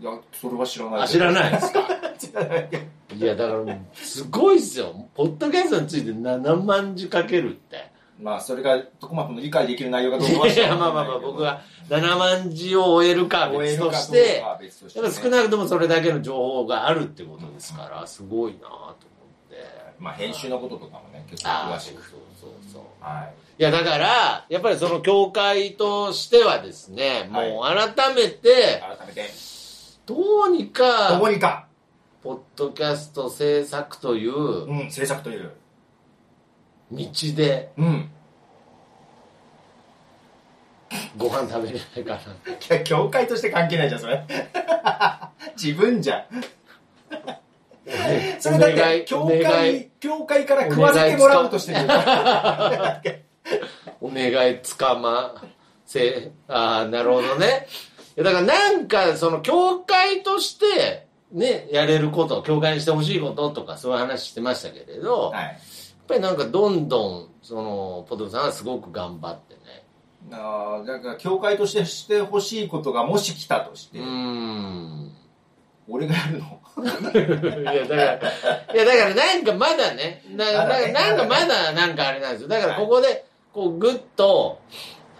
いや、それは知らない
あ、知ら
い。
ない ですか
知らない。
いや、だからもう、すごいっすよ。ポッドキャストについて7万字書けるって。
まあ、それが、徳間君の理解できる内容がどうかはい
や、まあまあまあ、僕は7万字を終えるかは
終え
別
るかどう
と
か
し
して
て、、やっぱ少
い。
なくともそれだけの情報があるってことですから、すごいなぁと思って。
まあ、編集のこととかもね、結構
あ
詳
あ、
し
そう
く。
そうそう。
はい。
いや、だから、やっぱりその協会としてはですね、
はい
もう改めて、
改めて、
どうに
ど
か
こ、にか、
ポッドキャスト制作という道
うん、制作という。
で、
うん。
ご飯食べれないかな。
いや、教会として関係ないじゃん、そ れ。自分じゃん。それだっ
お願
て、
い
教
お願い
会、教会から食わせてもらおうとしてる。
お願いつかませ、ああ、なるほどね。いやだからなんか、その、教会として、ね、やれること、教会にしてほしいこととか、そういう話してましたけれど、やっ
はい。
ぱりなんかどんどん、その、ポトフさんがすごく頑張ってね。
ああ、だから、教会としてしてほしいことがもし来たとし
う
て、
ーん。
俺がやるの
いや、だから、いや、だからなんかまだね、な
まだ
な
ね
なんかまだなんかあれなんですよ。だからここで、こう、ぐっと、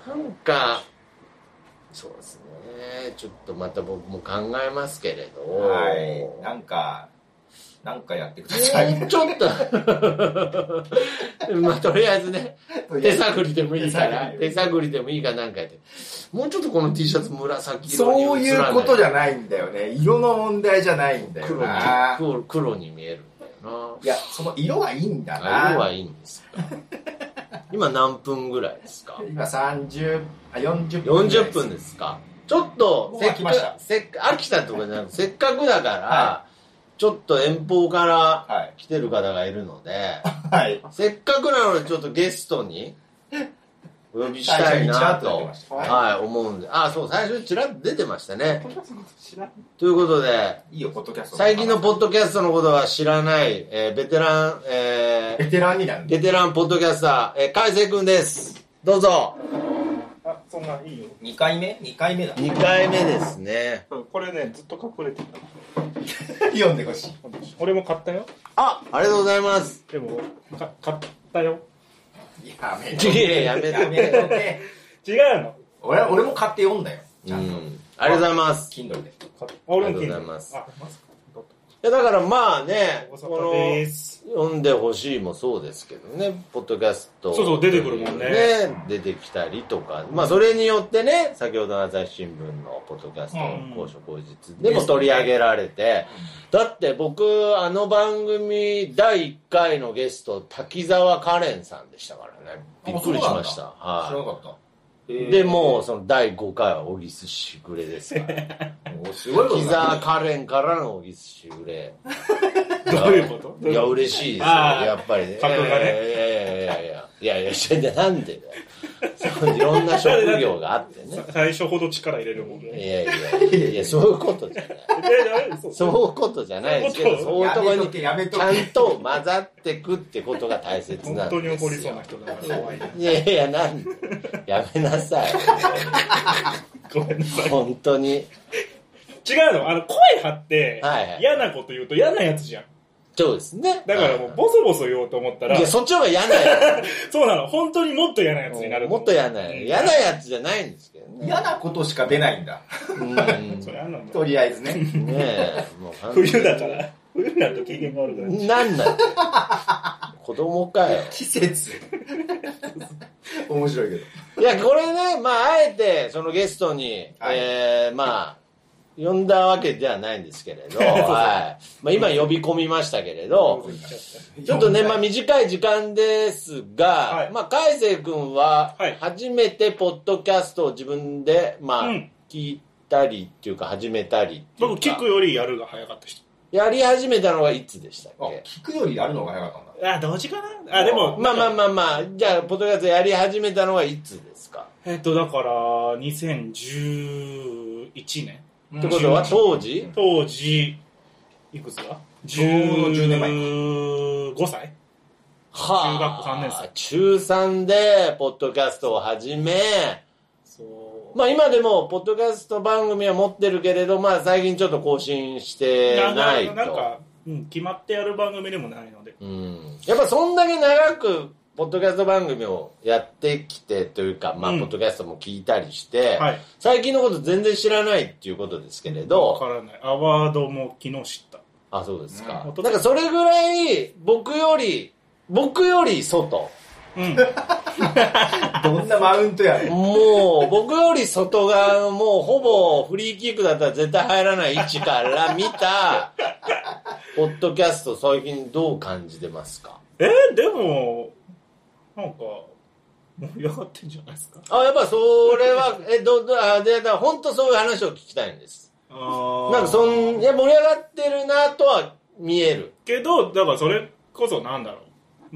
なんか、そうですね、ちょっとまた僕も考えますけれど、
はい。なんか、なんかやってください。
もうちょっと、 まあ、とりあえずね、手探りでもいいから、手
手
探りでもいいかなんかやって、もうちょっとこの T シャツ紫色に
そう
映
い
らな
うことじゃないんだよね。色の問題じゃないんだよ
黒に
な。
黒、黒に見えるんだよな。
いや、その色がいいんだ
あ
な。
色はいいんですか 今何分ぐらいですか
今30、あ、40分。
40分ですかちょっと
もう
せっ
飽きました
かせっか飽きたとかじゃ なくてせっかくだから、
は
ちょっと遠方から
はい。
来てる方がいるので
はい。
せっかくなのでちょっとゲストにお呼びした
最初
いな
にちらっと出て
と
まし、たね
はい、思うんであそう最初にちらっと出てましたね
知らん
ということで
いいよ、ポッドキャスト。
最近のポ
ッ
ッドキャストのことは知らない、えーベテラン、えー
ベテランになるんだ
ベテランポッドキャスター、えー、海星くんです。どうぞ。
あそんないいよ
2回目 ?2 回目だ。
2回目ですね。
これねずっと隠れてた
読んでほしい。
俺も買ったよ
あ、ありがとうございます。
でもか買ったよ
やめろ。や
いややめて。
めろね。
違うの
俺、俺も買って読んだよ。
う
ちゃんと。
ん。ありがとうございます。
Kindle で。
オールン
あり
キ
が
ン
とうございます
あマスク
やだからまあね、
ご無沙
こ
汰
の
で、す。
読んでほしいもそうですけどね、ポッドキャスト。
そうそう出てくるもんね
出てきたりとか、まあそれによってね、先ほどの朝日新聞のポッドキャスト
うん、
高所高実でも取り上げられて、だって僕、あの番組第1回のゲスト、滝沢カレンさんでしたからね。びっくりしました。
知らな
は
かった。
い。で、もうその第5回は小木すしぐれです から。
おすごいこと
滝
だ
沢カレンからの小木すしぐれ。
どういうこと
いや、嬉しいですよ、
ああ
やっぱりね。
格好がね
いやいやいやいやいやいやいや、それでなんでだよ。そういろんな職業があってね。
最初ほど力入れるもん
いや
ね。
いやいやいや、そういうことじゃない。
え、ええそう
そういうことじゃないですけど、そういう
や
ところ
め
に
とけ、やめと
ちゃん
け。
と混ざってくってことが大切なんで
本
すよ
当に怒りそうな人だから怖いね。
いやいや、なんでやめなさい。
ごめんなさい。
本当に。
違うの、あの、声張って
はいは、い
嫌なこと言うと嫌なやつじゃん。
そうですね。
だからもう、ボソボソ言おうと思ったら
いや、、そっちの方が嫌なや
そうなの、本当にもっと嫌なやつにな
つ。
る。
もっと嫌なやつ。嫌なやつじゃないんですけどね。
嫌なことしか出ないんだ。
うん
それあんなの
とりあえずね。
ねえ、もう完全に
冬だから、冬だと機嫌が悪くなる。
な んなんだよ子供かよ。
季節。 面白いけど。
いや、これね、まあ、あえて、そのゲストに、
はい
えーまあ、呼んだわけではないんですけれ ど、はい。まあ、今呼び込みましたけれど、ちょっとね、まあ、短い時間ですが、
はい
まあ、海星君は
はい、
初めてポッドキャストを自分で、まあ、
うん
聞いたりっていうか、始めたりっていう
僕、
か
聞くよりやるが早かった人。
やり始めたのがいつでしたっ
あ
け
聞くよりやるのが早かったんだ。
あ、同時かなあ、でも、
まあまあまあまあ、じゃあ、ポッドキャストやり始めたのはいつですか
えっと、だから、2011年。
ってことは
うん
当時
当時、いくつだ
ちょうど10年前か
15歳中学校三年生
中3で、ポッドキャストを始め、
そう。
まあ今でも、ポッドキャスト番組は持ってるけれど、まあ最近ちょっと更新してないと。
なんか、うん、決まってやる番組でもないので。
うん。やっぱそんだけ長く、ポッドキャスト番組をやってきてというか、まあ、
うん
ポッドキャストも聞いたりして、
はい
最近のこと全然知らないっていうことですけれど、
わからない。アワードも昨日知った。
あ、そうですか。
うん
なんかそれぐらい、僕より、僕より外。
うん。
どんなマウントやねん。
もう、僕より外側の、もうほぼフリーキックだったら絶対入らない位置から見 た、ポッドキャスト最近どう感じてますか
えーでも、なんか、盛り上がってんじゃないですか。
あ、やっぱそれは、え、ど、ど、あ、で、だから本当そういう話を聞きたいんです。
あ
なんかそん、いや、盛り上がってるなとは見える。
けど、だからそれこそなんだろう。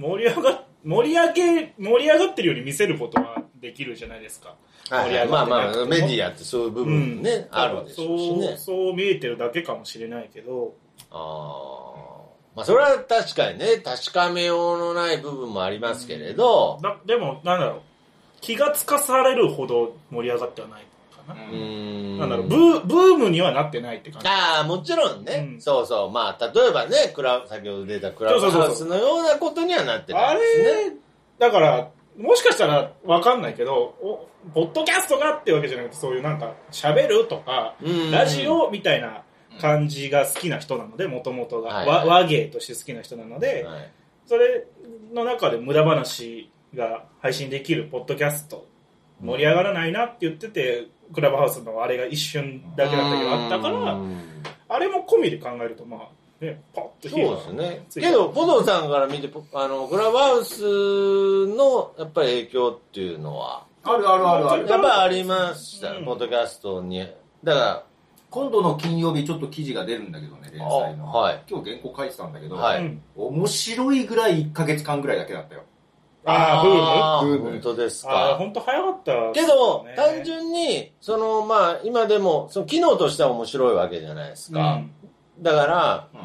盛り上が、盛り上げ、盛り上がってるように見せることはできるじゃないですか。
は
盛
い
り上がって
まあま
なくて
あ、
も
メディアってそういう部分ね、あるでしょうしね。
そう、そう見えてるだけかもしれないけど、
あーまあそれは確かにね確かめようのない部分もありますけれど
だでも、なんだろう。気がつかされるほど盛り上がってはないかな。
うーん
なんだろう、ブー、ブームにはなってないって感じ。
ああもちろんね、
うん
そうそうまあ例えばねクラ先ほど出たクラブ
そうそう
ハ
そう
ウスのようなことにはなってな
あ
い
れ
ですね、
だから、もしかしたらわかんないけど、おポッドキャストがってわけじゃなくて、そういうなんか、喋るとか、
うん
ラジオみたいな感じが好きな人なので、もともとが、
はい
わ和芸として好きな人なので、
はい
それの中で無駄話が配信できるポッドキャスト、盛り上がらないなって言ってて、クラブハウスのあれが一瞬だけだったけど、あったか
う
ら、
ん
あれも込みで考えると、まあ、ね、パッと
そう
火が
ですね
ついた
けどポドさんから見てポあのクラブハウスのやっぱり影響っていうのは
あるあるあるある。
やっぱありました、
うん
ポッドキャストにだから
今度の金曜日ちょっと記事が出るんだけどね、連載の。
あはい
今日原稿書いてたんだけど、
は
う
い
ん
面白いぐらい1ヶ月間ぐらいだけだったよ。
ああ、ブーム
ブーム
本当です
ああ、
か。
本当早かった。
けど、
ね
単純に、その、まあ、今でも、その、機能としては面白いわけじゃないですか。
うん
だから、
うん。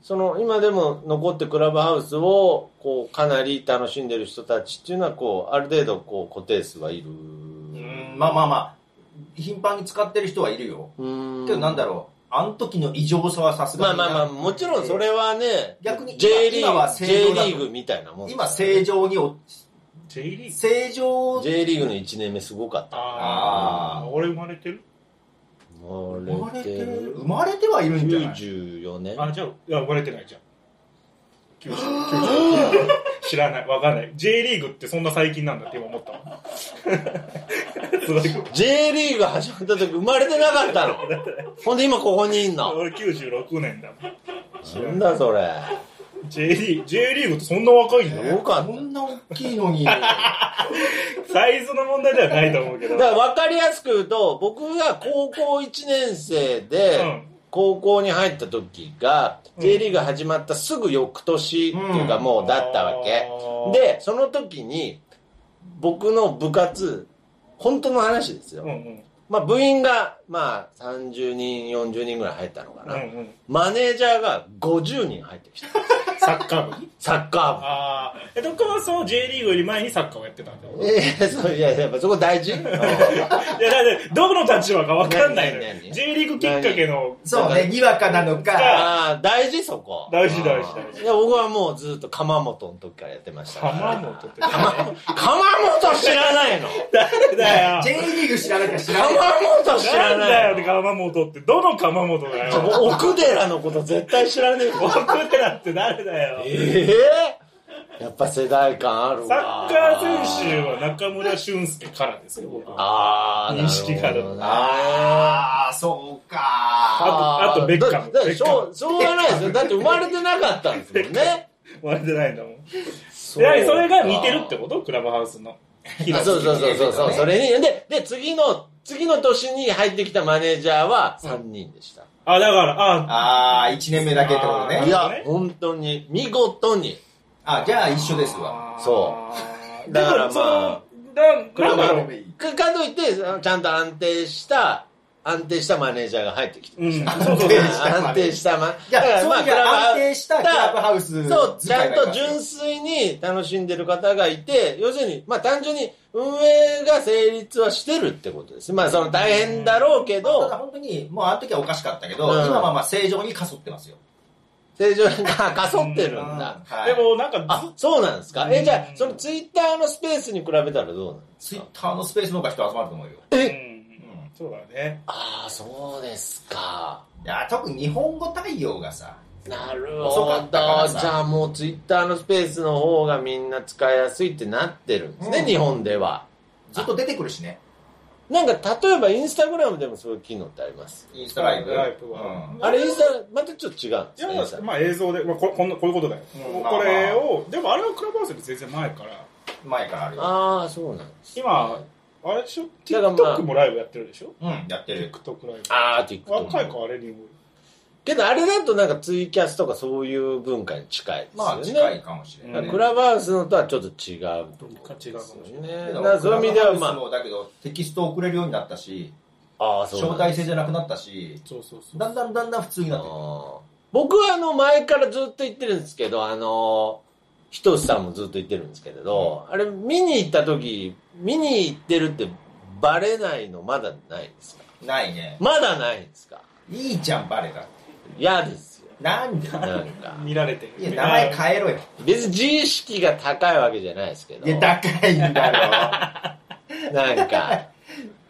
その、今でも残ってクラブハウスを、こう、かなり楽しんでる人たちっていうのは、こう、ある程度、こう、固定数はいる。
うんまあまあまあ、頻繁に使ってる人はいるよ。
うん
けどなんだろう、あの時の異常さはさすが
まあ
に。
まあまあ、もちろんそれはね、
逆に
J リ
今は
ー
正
グ、J
常
リ
だと
ーグみたいなもんです
今
ね。
正常にお、
J リーグ。
正常、
J リーグの1年目すごかった。
あ
あ
あ、
ー
俺生まれてる
生
ま
ま
れ
れ
て
てる
る
生まれてはいるんじゃない
94年
あ、じゃあ、いや、生まれて ないじゃん。90 90知らない、わかんない。J リーグってそんな最近なんだって今思 ったわ。すごい
J リーグ始まった時生まれてなかった のほんで今ここにいんの
俺96年だもん。
なんだそれ
J リーグ、J リーグってそんな若いんだ
すごかっ
こんな大きいの に
サイズの問題ではないと思うけど。
ただから分かりやすく言うと僕が高校1年生で、
うん
高校に入った時が
うん
J リーグ始まったすぐ翌年っていうか
うん
もうだったわけ、
あー
でその時に僕の部活本当の話ですよ、
うんうん。
まあ部員がまあ30人40人ぐらい入ったのか
う
な、
んうん。
マネージャーが50人入って きた
サッカー部に
サッカ
ああ。え、徳川さんは J リーグより前にサッカーをやってたんだ
ー部いやそういややっぱそこ 大事うん
いや、だって、どこの立場かわかんないの
何何
よ。
何
J リーグきっかけの、
そうねにわかなのか
あー大事そこ
大事大事大
事いや僕はもうずっと鎌本の時からやってましたから
浜本って。
鎌本知らないの
誰だよ。
J リーグ知らないから知らない
鎌本知
な
ら
んだ
な
よ
い
って
の
鎌本って、どの鎌本だよ。
奥寺のこと絶対知らねえの
僕らって誰だよ。
ええやっぱ世代感あるわ
サッカー選手は中村俊輔からですよ、僕は。
ああ、
錦
な
狩
る
る
ほどね
ああそうか
あとあとベッカム
だだってし
ベッ
ょ
カ
う、しょうがないですよ。だって生まれてなかったん ですもんね。
割れてないんだもん。
そ
やはりそれが似てるってことクラブハウスの。
あそうそうそうそうそう、それに。で、で、次の、次の年に入ってきたマネージャーは3人でした。
あ、だから、あ、
ああ1年目だけってこと
うん
い
ね
や、
ね。
本当に、見事に。
あじゃあ一緒ですわ
そうだ
だ
か
からら
ま
ま
あ
あ、そのななんだろう。
かかといって、ちゃんと安定した、安定したマネージャーが入ってきて
う
ま
ん、
し
そうそ
た。
うそ う。
安定したマネー
じゃあそういう意味では安定したクラブハウス
そう、ちゃんと純
純
粋に楽しんでる方がいて、要するに、まあ単純に運営が成立はしてるってことです。まあその大変だろうけ
ただ
ど、
本当にもうあの時はおかしかったけど、
うん
今はまあ正常にかそってますよ、
正常に、あかそってるんだ。
はい、
でもなんかず
あ、そうなんですか。え、じゃ
う
あ、
ん
そのツイッターのスペースに比べたらどうなんです
ツイッ
か
ターのスペースの方が人集まると思うよ、
うん
うん
そうだね。
ああ、そうですか。
いや特に日本語対応がさ
なる
遅
ほ
か
ど。
っ
じ
たからさ
ゃあもうツイッターのスペースの方がみんな使いやすいってなってるんですね、
うん
日本では。
ずっと出てくるしね
なんか例えばインスタグラムでもそういう機能ってあります。
インスタライブ
ライブは
うん
あれインスタ、またちょっと違うん
い
です
や
ね。インスタ
まあ映像で、まあ、ここんなこういうことだよ、
うん
これをでもあれはクラブハウスより全然前から
前からあるよ
ああ、そうなんです、
今あれでしょ
だからまあ
TikTok もライブやってるでしょ、
うんやってる
TikTok ライ
ああ、TikTok。
ブ若い子あれにも
けどあれだとなんかツイキャスとかそういう文化に近いですよね。
まあ近いかもしれない、
だか
ね
らクラブハウスのとはちょっと違うとこ
違うかもしれな
ね
い。
だ
け
か
ど
らそういう意味では
クラブハウス
ま
もだけどテキスト送れるようになったし
あ、ああ、そう
招
なんだ
待制じゃなくなったし
そうそうそう
だんだんだんだん普通になってくる
あー僕はあの前からずっと言ってるんですけど、あの、ひとしさんもずっと言ってるんですけれど、あれ見に行った時、見に行ってるってバレないのまだないですか
ないね
まだないんですか
いいじゃんバレた
嫌ですよ。
なんで
なんか。
見られてる
いや名前
え
変えろよ
別に自意識が高いわけじゃないですけど。
いや高いんだ
なんか、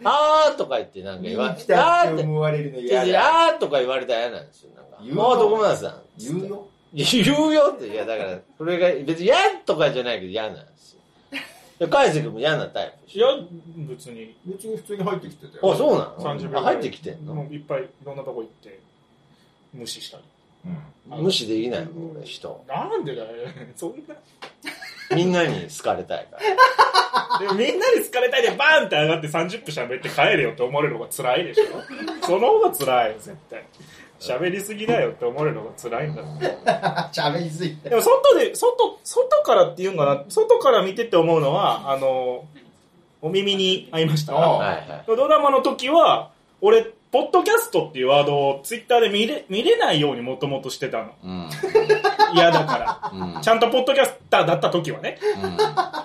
あーとか言ってなん
ろ
か言
見
わ
に
れ
来
て、あ
たっ
ーってて、
思われるの
い
嫌
やい
だ
やあーとか言われたら嫌なんですよ。なんか、
言うよ
もう徳松さん。
言うよ
いや言うよって、いやだから、それが別に嫌とかじゃないけど嫌なんですよ。で、海瀬君も嫌なタイプで
い
し
や
ょ。
別に
別に普通に入ってきてたよ
あ、そうなの
30秒ぐら
あ
い
入ってきてんの
もういっぱいいろんなとこ行って無視したり
うん
無視できないもん、俺、人。
なんでだよ そんな
みんなに好かれたいから。
でもみんなに好かれたいでバーンって上がって30分喋って帰れよって思われる方が辛いでしょその方が辛いよ絶対喋りすぎだよって思われる方が辛いんだって
あ喋りすぎて
でも外で外外からっていうんかな外から見てって思うのはあのお耳に合いました
おう
はいはい。
ドラマの時は俺ポッドキャストっていうワードをツイッターで見れ見れないようにもともとしてたの
うん。
嫌だから
うん。うん
ちゃんとポッドキャスターだった時はね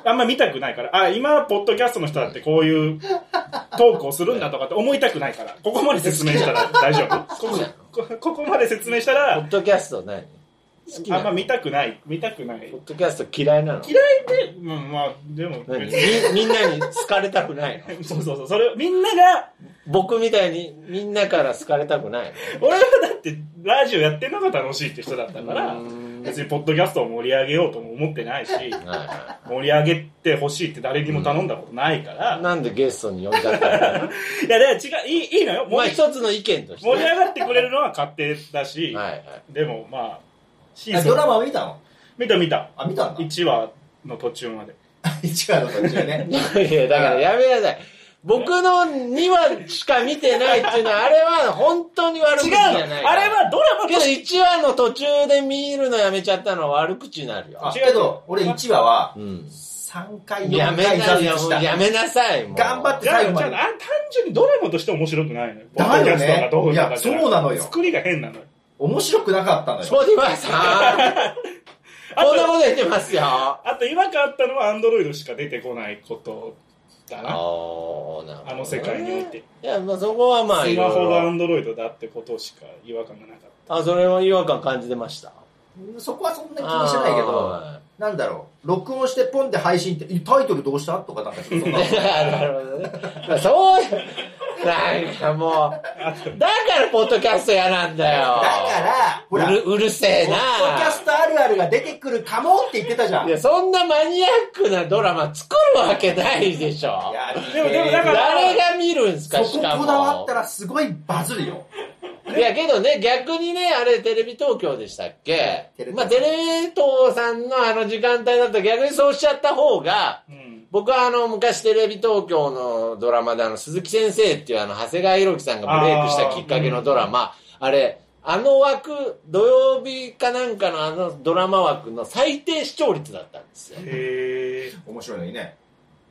あんま見たくないからあ今ポッドキャストの人だってこういうトークをするんだとかって思いたくないからここまで説明したら大丈夫ここここまで説明した
ポ
ら
ッドキャスト何好きな
あ
の
んま見たくない見たくない
ポッドキャスト嫌いなの
嫌いで、うん、まあでも
何
別に
みみんなに好かれたくないの
そうそうそうそれをみんなが
僕みたいにみんなから好かれたくない
俺はだってラジオやってるのが楽しいって人だった
の
から
うん
別にポッドキャストを盛り上げようとも思ってないし
はいは
盛り上げてほしいって誰にも頼んだことないから、
いなんでゲストに呼んじゃったの
いやだから違ういいいいのよ
まあ
盛り,、
一つの意見として
盛り
は
上がってくれるのは勝手だし、
いはい
でもまあシ
あ
ーズン
ドラマは見たの
見た見た
あ、見たんだ。
1話の途中まで
一話の途中ね。
いや、だからやめなさい。僕の2話しか見てないっていうのは、あれは本当に悪
違
口
う
じ
の
ゃない。
あれ、はドラマ
けど
として
1話の途中で見るのやめちゃったのは悪口になるよ。
あ、けど、俺一話は
うん。
3回、
や
4
め
回挫
なさい
折
よ、も
し
う
た。
やめなさい。もう
頑張って
じゃあ
最後まで
じゃああ単純にドラマとして面白くないのよポ
だ
ッド
よ
キ
ね
ャストがどうとかじゃ
いやそうなのよ
作りが変なのよ
面白くなかったの
ス
よ。
ポティファ イさん、
あ
こんなことと言ってますよ。あ
あと違和感あったのはアンドロイドしか出てこないことだな
ーなるほどね
あの世界において。
いや、まあそこはまあ、
ス
い
マ
ろい
ホがア
ろ。
ンドロイドだってことしか違和感がなかっ
あ、それは違和感感じてました。
そこはそんなに気にしてないけど、
あ
なんだろう、録音してポンって配信って、えタイトルどうしたとかなんかそんなの。
ー なるほどね。まあそう、なんかもう。
たあと
だからポッドキャスト嫌なんだよ。
だから、ほら、
う
ポッ
るうるせえ
ド
な。
キャストあるあるが出てくるかもって言ってたじゃん。
いや、そんなマニアックなドラマ作るわけないでしょ。
でもでもだから
誰が見るんすか、
そ
し
こ
かも。
こだわったらすごいバズるよ。
いや、けどね、逆にね、あれ、テレビ東京でしたっけ
テレ東
まあ、テレ東さんのあの時間帯だと逆にそうしちゃった方が、
うん
僕はあの、昔テレビ東京のドラマであの、鈴木先生っていうあの、長谷川博己さんがブレイクしたきっかけのドラマ、あ,、れ、あの枠、土曜日かなんかのあのドラマ枠の最低視聴率だったんですよ。
へ
面白いのにね。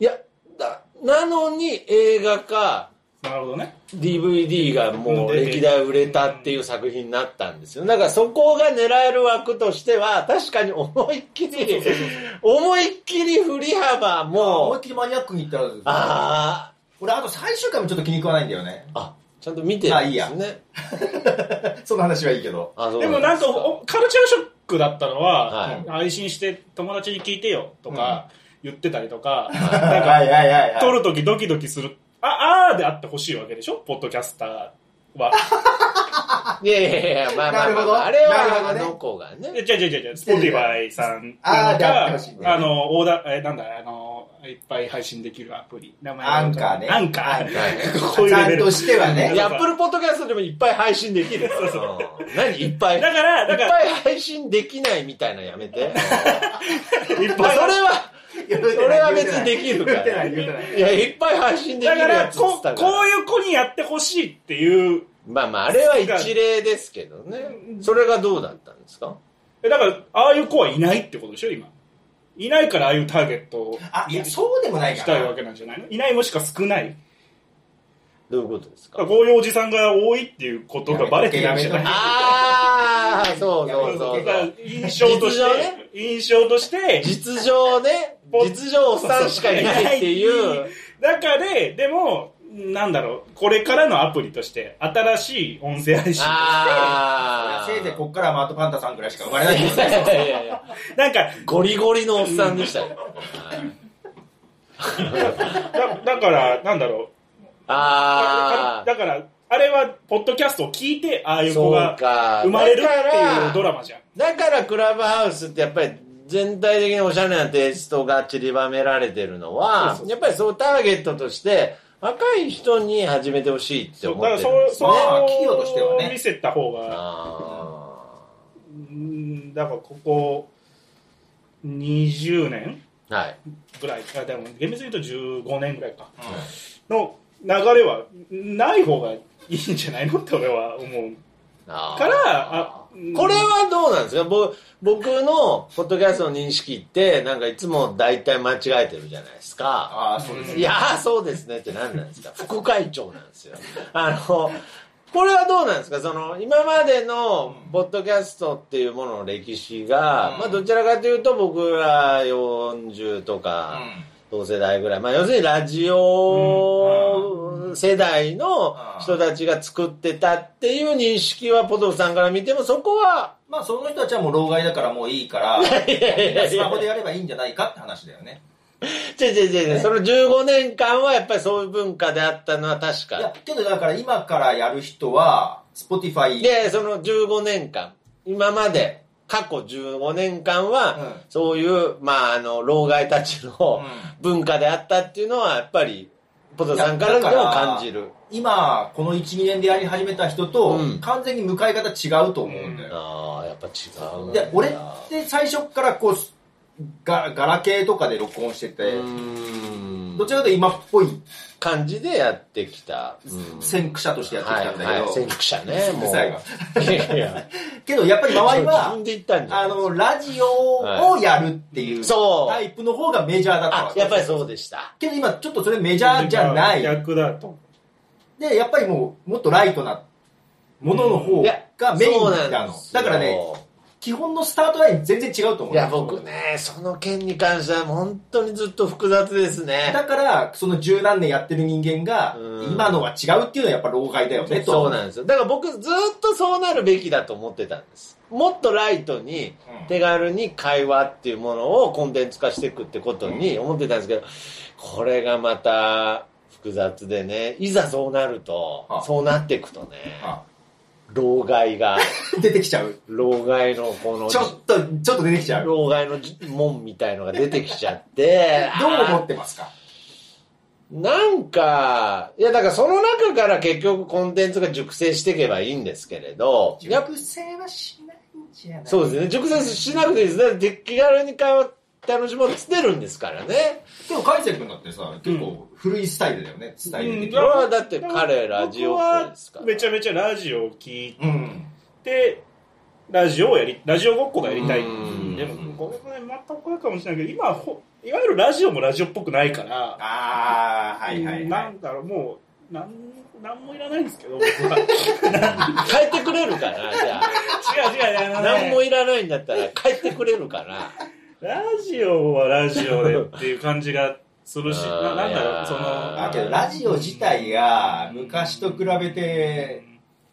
いや、だ、なのに映画か、
ーなるほどね
DVD がもう歴代売れたっていう作品になったんですよ。だからそこが狙える枠としては、確かに思いっきり、思いっきり振り幅
思い
も
っ、きりマニアックに言ったら、
あ
俺あと最終回もちょっと気に食わないんだよね
あ。、あ、ちゃんと見てるんですね。
あいいや その話はいいけど。
あそう
でもなん
です
かおカルチャーショックだったのは、
はい
配信して友達に聞いてよとか言ってたりとか、
はいはいはいはい。
撮るときドキドキするああーであってほしいわけでしょポッドキャスター は
いやいやいや、まあまあ、
なる
ま
ほど
あ、あれ
なる
は
ほど
あ
ね
の子がね。
えじゃあじゃあじゃあじゃあスポティファイさん
あーであっ
なの
てほしいね
かあのオーダーえなんだあのいっぱい配信できるアプリ名前
アンカーね。
アンカ
ア
ー
ン
はい
こういうレ
ちゃ
ベ
ん
ル
としては
や
い
ね。
や、アップルポッドキャストでもいっぱい配信できる。
そうそう
うん何いっぱい。
だからだか
いっぱい配信できないみたいなのやめて。
らいっ
まあ
ぱい
それは、俺は別にできるか
言ってな
ら。
い言ってない。
いや、いっぱい配信でき
だ
る
から
やつっつ
こ
ったから
こういう子にやってほしいっていう
まあまあ、あれは一例ですけどね。それがどうだったんですか
えだからああいう子はいないってことでしょ今いないからああいうターゲットを
あ、いや、そうでもない
し
か
たい
ら
わ。けなんじゃないのいないもしか少ない
どういうことです
だから
か
こういうおじさんが多いっていうことがバレてるんじゃない
や
ああ、そうそうそう
だか
そ
ら
う。
印象とし
実情ね
て印象として
実情ね、実情おっさんしかいないっていう。
中ででもなんだろうこれからのアプリとして新しい音声配信
ああ。
せいぜいこっからマートパンタさんぐらいしか生まれないです
いやいやいや。
なんか
ゴリゴリのおっさんでしたよ。
だだからなんだろう
ああ。
だからあれはポッドキャストを聞いてああいう子
そう
が
か。
生まれるって
だから
いうドラマじゃん
だからクラブハウスってやっぱり全体的におしゃれなテイストが散りばめられてるのは、やっぱりそうターゲットとして若い人に始めてほしいって
そう
思
だ
っ
か
てるん
ら
で
そ
す
それ
ね。
まあ企業としては
を
ね
見せた方が
あ
うんだからここ20年
ーはい。
ぐらいあでも厳密に言うと15年ぐらいか
うん
の流れはない方がいいんじゃないのって俺は思う
あー
からあ
これはどうなんですかぼ僕のポッドキャストの認識って、なんかいつも大体間違えてるじゃないですか。
ああ、そうです
い
ね。
やーそうですねって何なんですか副会長なんですよあのこれはどうなんですかその今までのポッドキャストっていうものの歴史が、
うん
まあどちらかというと僕ら40とか、同世代ぐらい、まあ、要するにラジオ世代の人たちが作ってたっていう認識はポトフさんから見てもそこは
まあその人たちはもう老害だからもういいから、みんなスマホでやればいいんじゃないかって話だよね。
違う違う違う違う、その15年間はやっぱりそういう文化であったのは確
いや
か。、
けどだから今からやる人は、Spotify
いやいや、その15年間、今まで、過去15年間は、
うん
そういう、まあ、あの、老害たちの
う
文化であったっていうのは、やっぱり、ポトさんからでも感じる。
今、この1、2年でやり始めた人と
うん、
完全に向かい方違うと思うんだよ。
ああ、やっぱ違うんだ
で、俺って最初からこう、ガガラケーとかで録音して
う
て、
ーん
どちらかというと今っぽい
感じでやってきた。うん
先駆者としてやってきたんだ
はい
け
はい、
ど、
先駆者ね、もう。
最後
いやいや
けどやっぱり周り
自
は
分、で言ったんじゃ
あ
ない
の、ラジオをやるっていう
そう
タイプの方がメジャーだった
あ
わ、け。
やっぱりそうでした。
けど今ちょっとそれメジャーじゃない。
逆だと。
で、やっぱりもう、もっとライトなものの方
いや
がメイン
そうなん
なの
です。よ
だからね、基本のスタートライン全然違うと思う。
いや、僕。ね、その件に関しては本当にずっと複雑ですね。
だから、その十何年やってる人間が
う、ん
今のは違うっていうのはやっぱ老害だよね、と。
そう
う
なんですよ。だから僕ずっとそうなるべきだと思ってたんです。もっとライトに
うん
手軽に会話っていうものをコンテンツ化していくってことに思ってたんですけど、これがまた複雑でね、いざそうなると
あ、
そうなっていくとね、
あ
老 害が、
出てきちゃう。
老害のこの、
ちょっと、ちょっと出てきちゃう。どう
老害の門みたいのが出てきち ゃって、
思ってますか
なんか、いやだからその中から結局コンテンツが熟成していけばいいんですけれど、やっぱ
成はしないんじゃない
そうですね、熟成しなくていいです。だって気軽に会話楽しもうとしてるんですからね。
でも、カイセル君だってさ、結構古いスタイルだよね、スタイル的に
それはだって彼ラジオっ子ですから。
僕はめちゃめちゃラジオを聞い
うん。
て、ラジオをやり、ラジオごっこがやりたい。
うん
でも、ごめんね、全くこれかもしれないけど、今ほ、いわゆるラジオもラジオっぽくないから、
あー、はいはいは。
ないんだろう、もう、なん、なんもいらないんですけど、僕 は。
帰ってくれるかな、じゃ
違う違う、
あ。
あの
何
ね
もいらないんだったら帰ってくれるかな。
ラジオはラジオでっていう感じがするし、
あ
な
ー
なんだろう、そ
だ
の、
けど、ラジオ自体が昔と比べて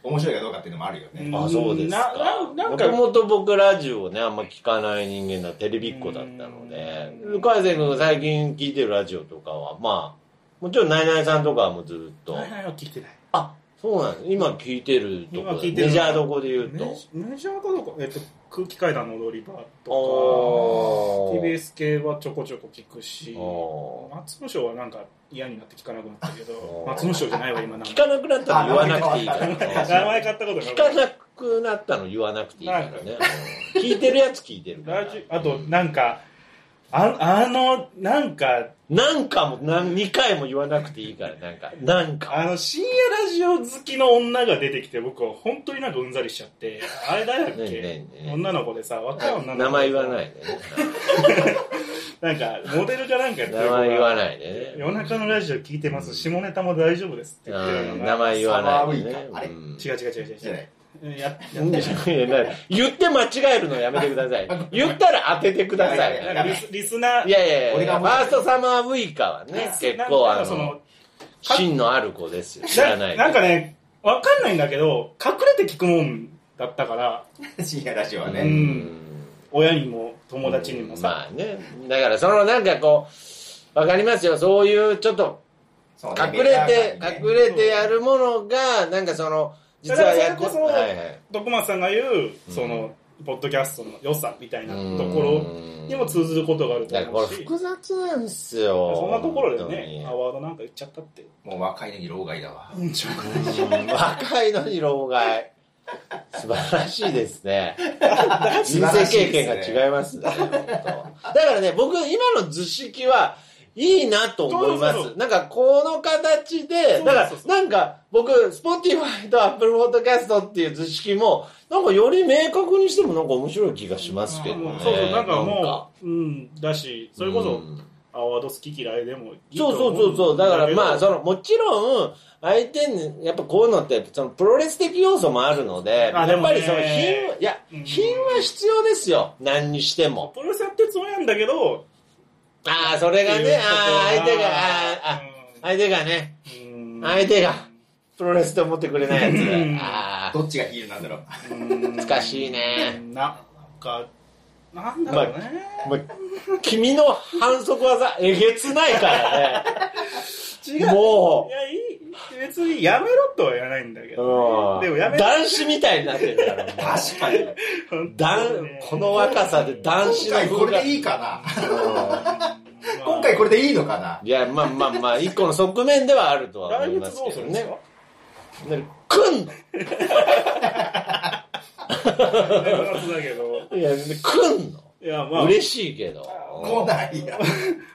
面白いかどうかっていうのもあるよね。
あ、そうですか
な。なな
も
んか
ともと僕ラジオをね、あんま聞かない人間だ、テレビっ子だったので、海瀬君が最近聞いてるラジオとかは、まあ、もちろんナイナイさんとかはもうずっと、
はいはい聞いてない。
あ、そうなんです。今聞いてると
今
こ、
聞いてる
メジャーどこで言う
メ
と。
ジメジャーかどうか、えっと、空気階段の踊り場とか、
おー
TBS 系はちょこちょこ聞くし、
お
松本賞はなんか嫌になって聞かなくなったけど、
おー
松本賞じゃないわ、今なん
聞
か。
かなくなったの言わなくていいから
名前
ね。
名前買ったこと
聞
がある。
かなくなったの言わなくていいからね。聞いてるやつ聞いてるか
ラ
ら。
ジあと、なんか、ああの、なんか、
なんかも、なん2回も言わなくていいから、なんか。なんか。
あの、深夜ラジオ好きの女が出てきて、僕は本当になんかうんざりしちゃって、あれ 誰だっけ、
ねえねえねえ
女の子でさ、若い女の子。。
名前言わないいでね。
なんか、モデルかなんかやって
名前言わ
い。
ないでね。
夜中のラジオ聞いてます、下ネタも大丈夫ですって言ってる
う
の
ん
が
名前言わないで
サマーウ
ね
イ。カあれ
うん
違う違う違う違う
じゃない
違う。やっ
いやな言って間違えるのやめてください。言ったら当ててください。
いやい
な
や
んか
い
リスリスナー、
やいや
俺
い
が
や、フ
もう
ァーストサマーウイカはね、結構
なん
あ
かそ
の、芯のある子ですよ。知らな。
ないなんかね、わかんないんだけど、隠れて聞くもんだったから、
深夜ラジオは
う
ね。
ん
親にも友達にもさ、
まあね。だからそのなんかこう、わかりますよ。そういうちょっと
そうね
隠れて、隠れてやるものが、なんかその、実はやって
だからそれこそ
はいはい
徳松さんが言う、
うん
その、ポッドキャストの良さみたいなところにも通ずることがあると
だから
思
これ
うし、
複雑なんですよ。
そんなところで
本
ね、
当
ア
に
ワードなんか言っちゃったって。
もう若いのに老害だわ。
うん、しょうがない。
うん若いのに老害。素晴らしいですね。人生経験が違いますね。本当だからね、僕、今の図式は、いいなと思い
そう
ま
そうそ
す。なんか、この形で、
そう
だから
そう、そう
なんか、僕、Spotify と Apple Podcast っていう図式も、なんか、より明確にしても、なんか面白い気がしますけどね。
そうそう、なんか
なん
も
か
う、うん、だし、それこ
う
そ、
ん
アワード好き嫌いでもいいと
そう
思
そうそうそう。だからまあ、
そ
その、もちろん、相手に、やっぱこういうのって、その、プロレス的要素もあるので、
あで
やっ
も
ぱ
ね
りその、品は、いや、
うん
品は必要ですよ。何にしても。
プロレスやってるつもりなんだけど、
ああ、それが
っていう
ね、
とこ
ああ、相手が、ああ、あ
うん
相手がね、
うん
相手が、プロレスと思ってくれないやつ。あ
どっちがヒールなんだろう。
難しいね
ななんかなんだろうね、
ま君の反則技えげつないから
違
ね
う
も
いやいい別にやめろとは言わないんだけ
う、
ど
うん、
でもやめ
男子みたいになってるからもう
確かに。
男この若さで男子
今
の
回こ
風
れ
が
でいいかな。
まあ
今回これでいいのかない
やまあまあまあ一個の側面ではあるとは思い
来
ま
月
す
どうす
け
る
ど
んですか
ねねくん
年末だけど
いやくんの、
いやまあ
嬉しいけど
来ないや。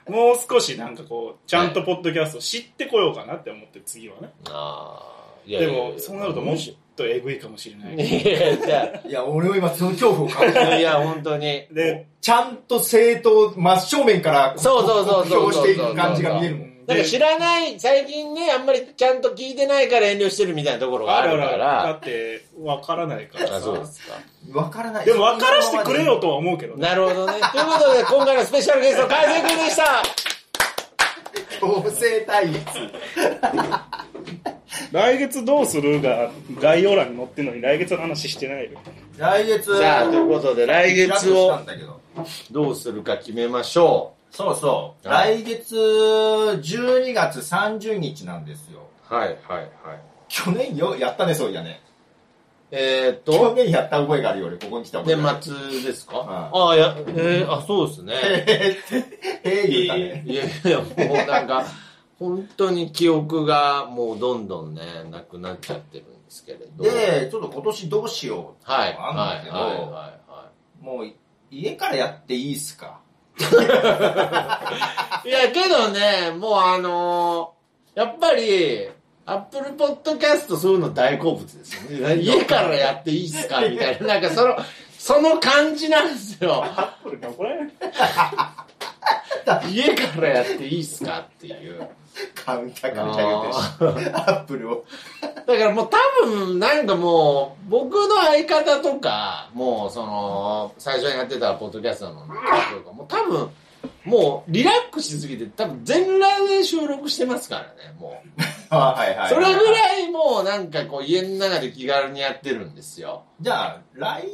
もう少しなんかこうちゃんとポッドキャストを知ってこようかなって思って次はね
ああい
でもそうなるともっ
い
とえぐいかもしれない
やじゃ
いや、俺は今その恐怖を感じた。
あいや本当に
で
ちゃんと正当、真正面から、
そうそうそうそう
表していく感じが見えるもん。
なんか知らない最近ねあんまりちゃんと聞いてないから遠慮してるみたいなところがあるか
だ
ら
ってわからないから さ
あそうですか
わからない。
でも分からしてくれよとは思うけどね
なるほどねということで今回のスペシャルゲスト海鮮君でした
同性対立。
来月どうするが概要欄に載ってるのに来月の話してないよ
来月、
じゃあということで来
ちらっと
月
した
を
んだけど
どうするか決めましょ
そうそう。
は
来月、12月30日なんですよ。
うはいはいはい
去年よ、やったね、そういやね。
えーっ
去
と
年やった覚えがあるよ、俺。ここに来た覚え
年
がある。
末ですか
は
ああやえー、あそうですね
えーって、えー言うたね。
いやいや、もうなんか、本当に記憶がもうどんどんね、なくなっちゃってるんですけれど。
で、ちょっと今年どうしようって
はい、
いうのがあ
は
るん
い、
だけど、
は
もう家からやっていいっすか
い、はい。いや、けどね、もうあのーやっぱり、アップルポッドキャストそういうの大好物ですよね。家からやっていいっすかみたいな、なんかその、その感じなんですよ。
これこれ
家からやっていいっすかっていう。
カウンターカウンター言うてるしアップルを。
だからもう多分なんかもう僕の相方とかもうその最初にやってたポッドキャストの人とかもう多分もうリラックスしすぎて多分全裸で収録してますからねもう
あはいはい。
それぐらいもうなんかこう家の中で気軽にやってるんで すよ
じゃあ、来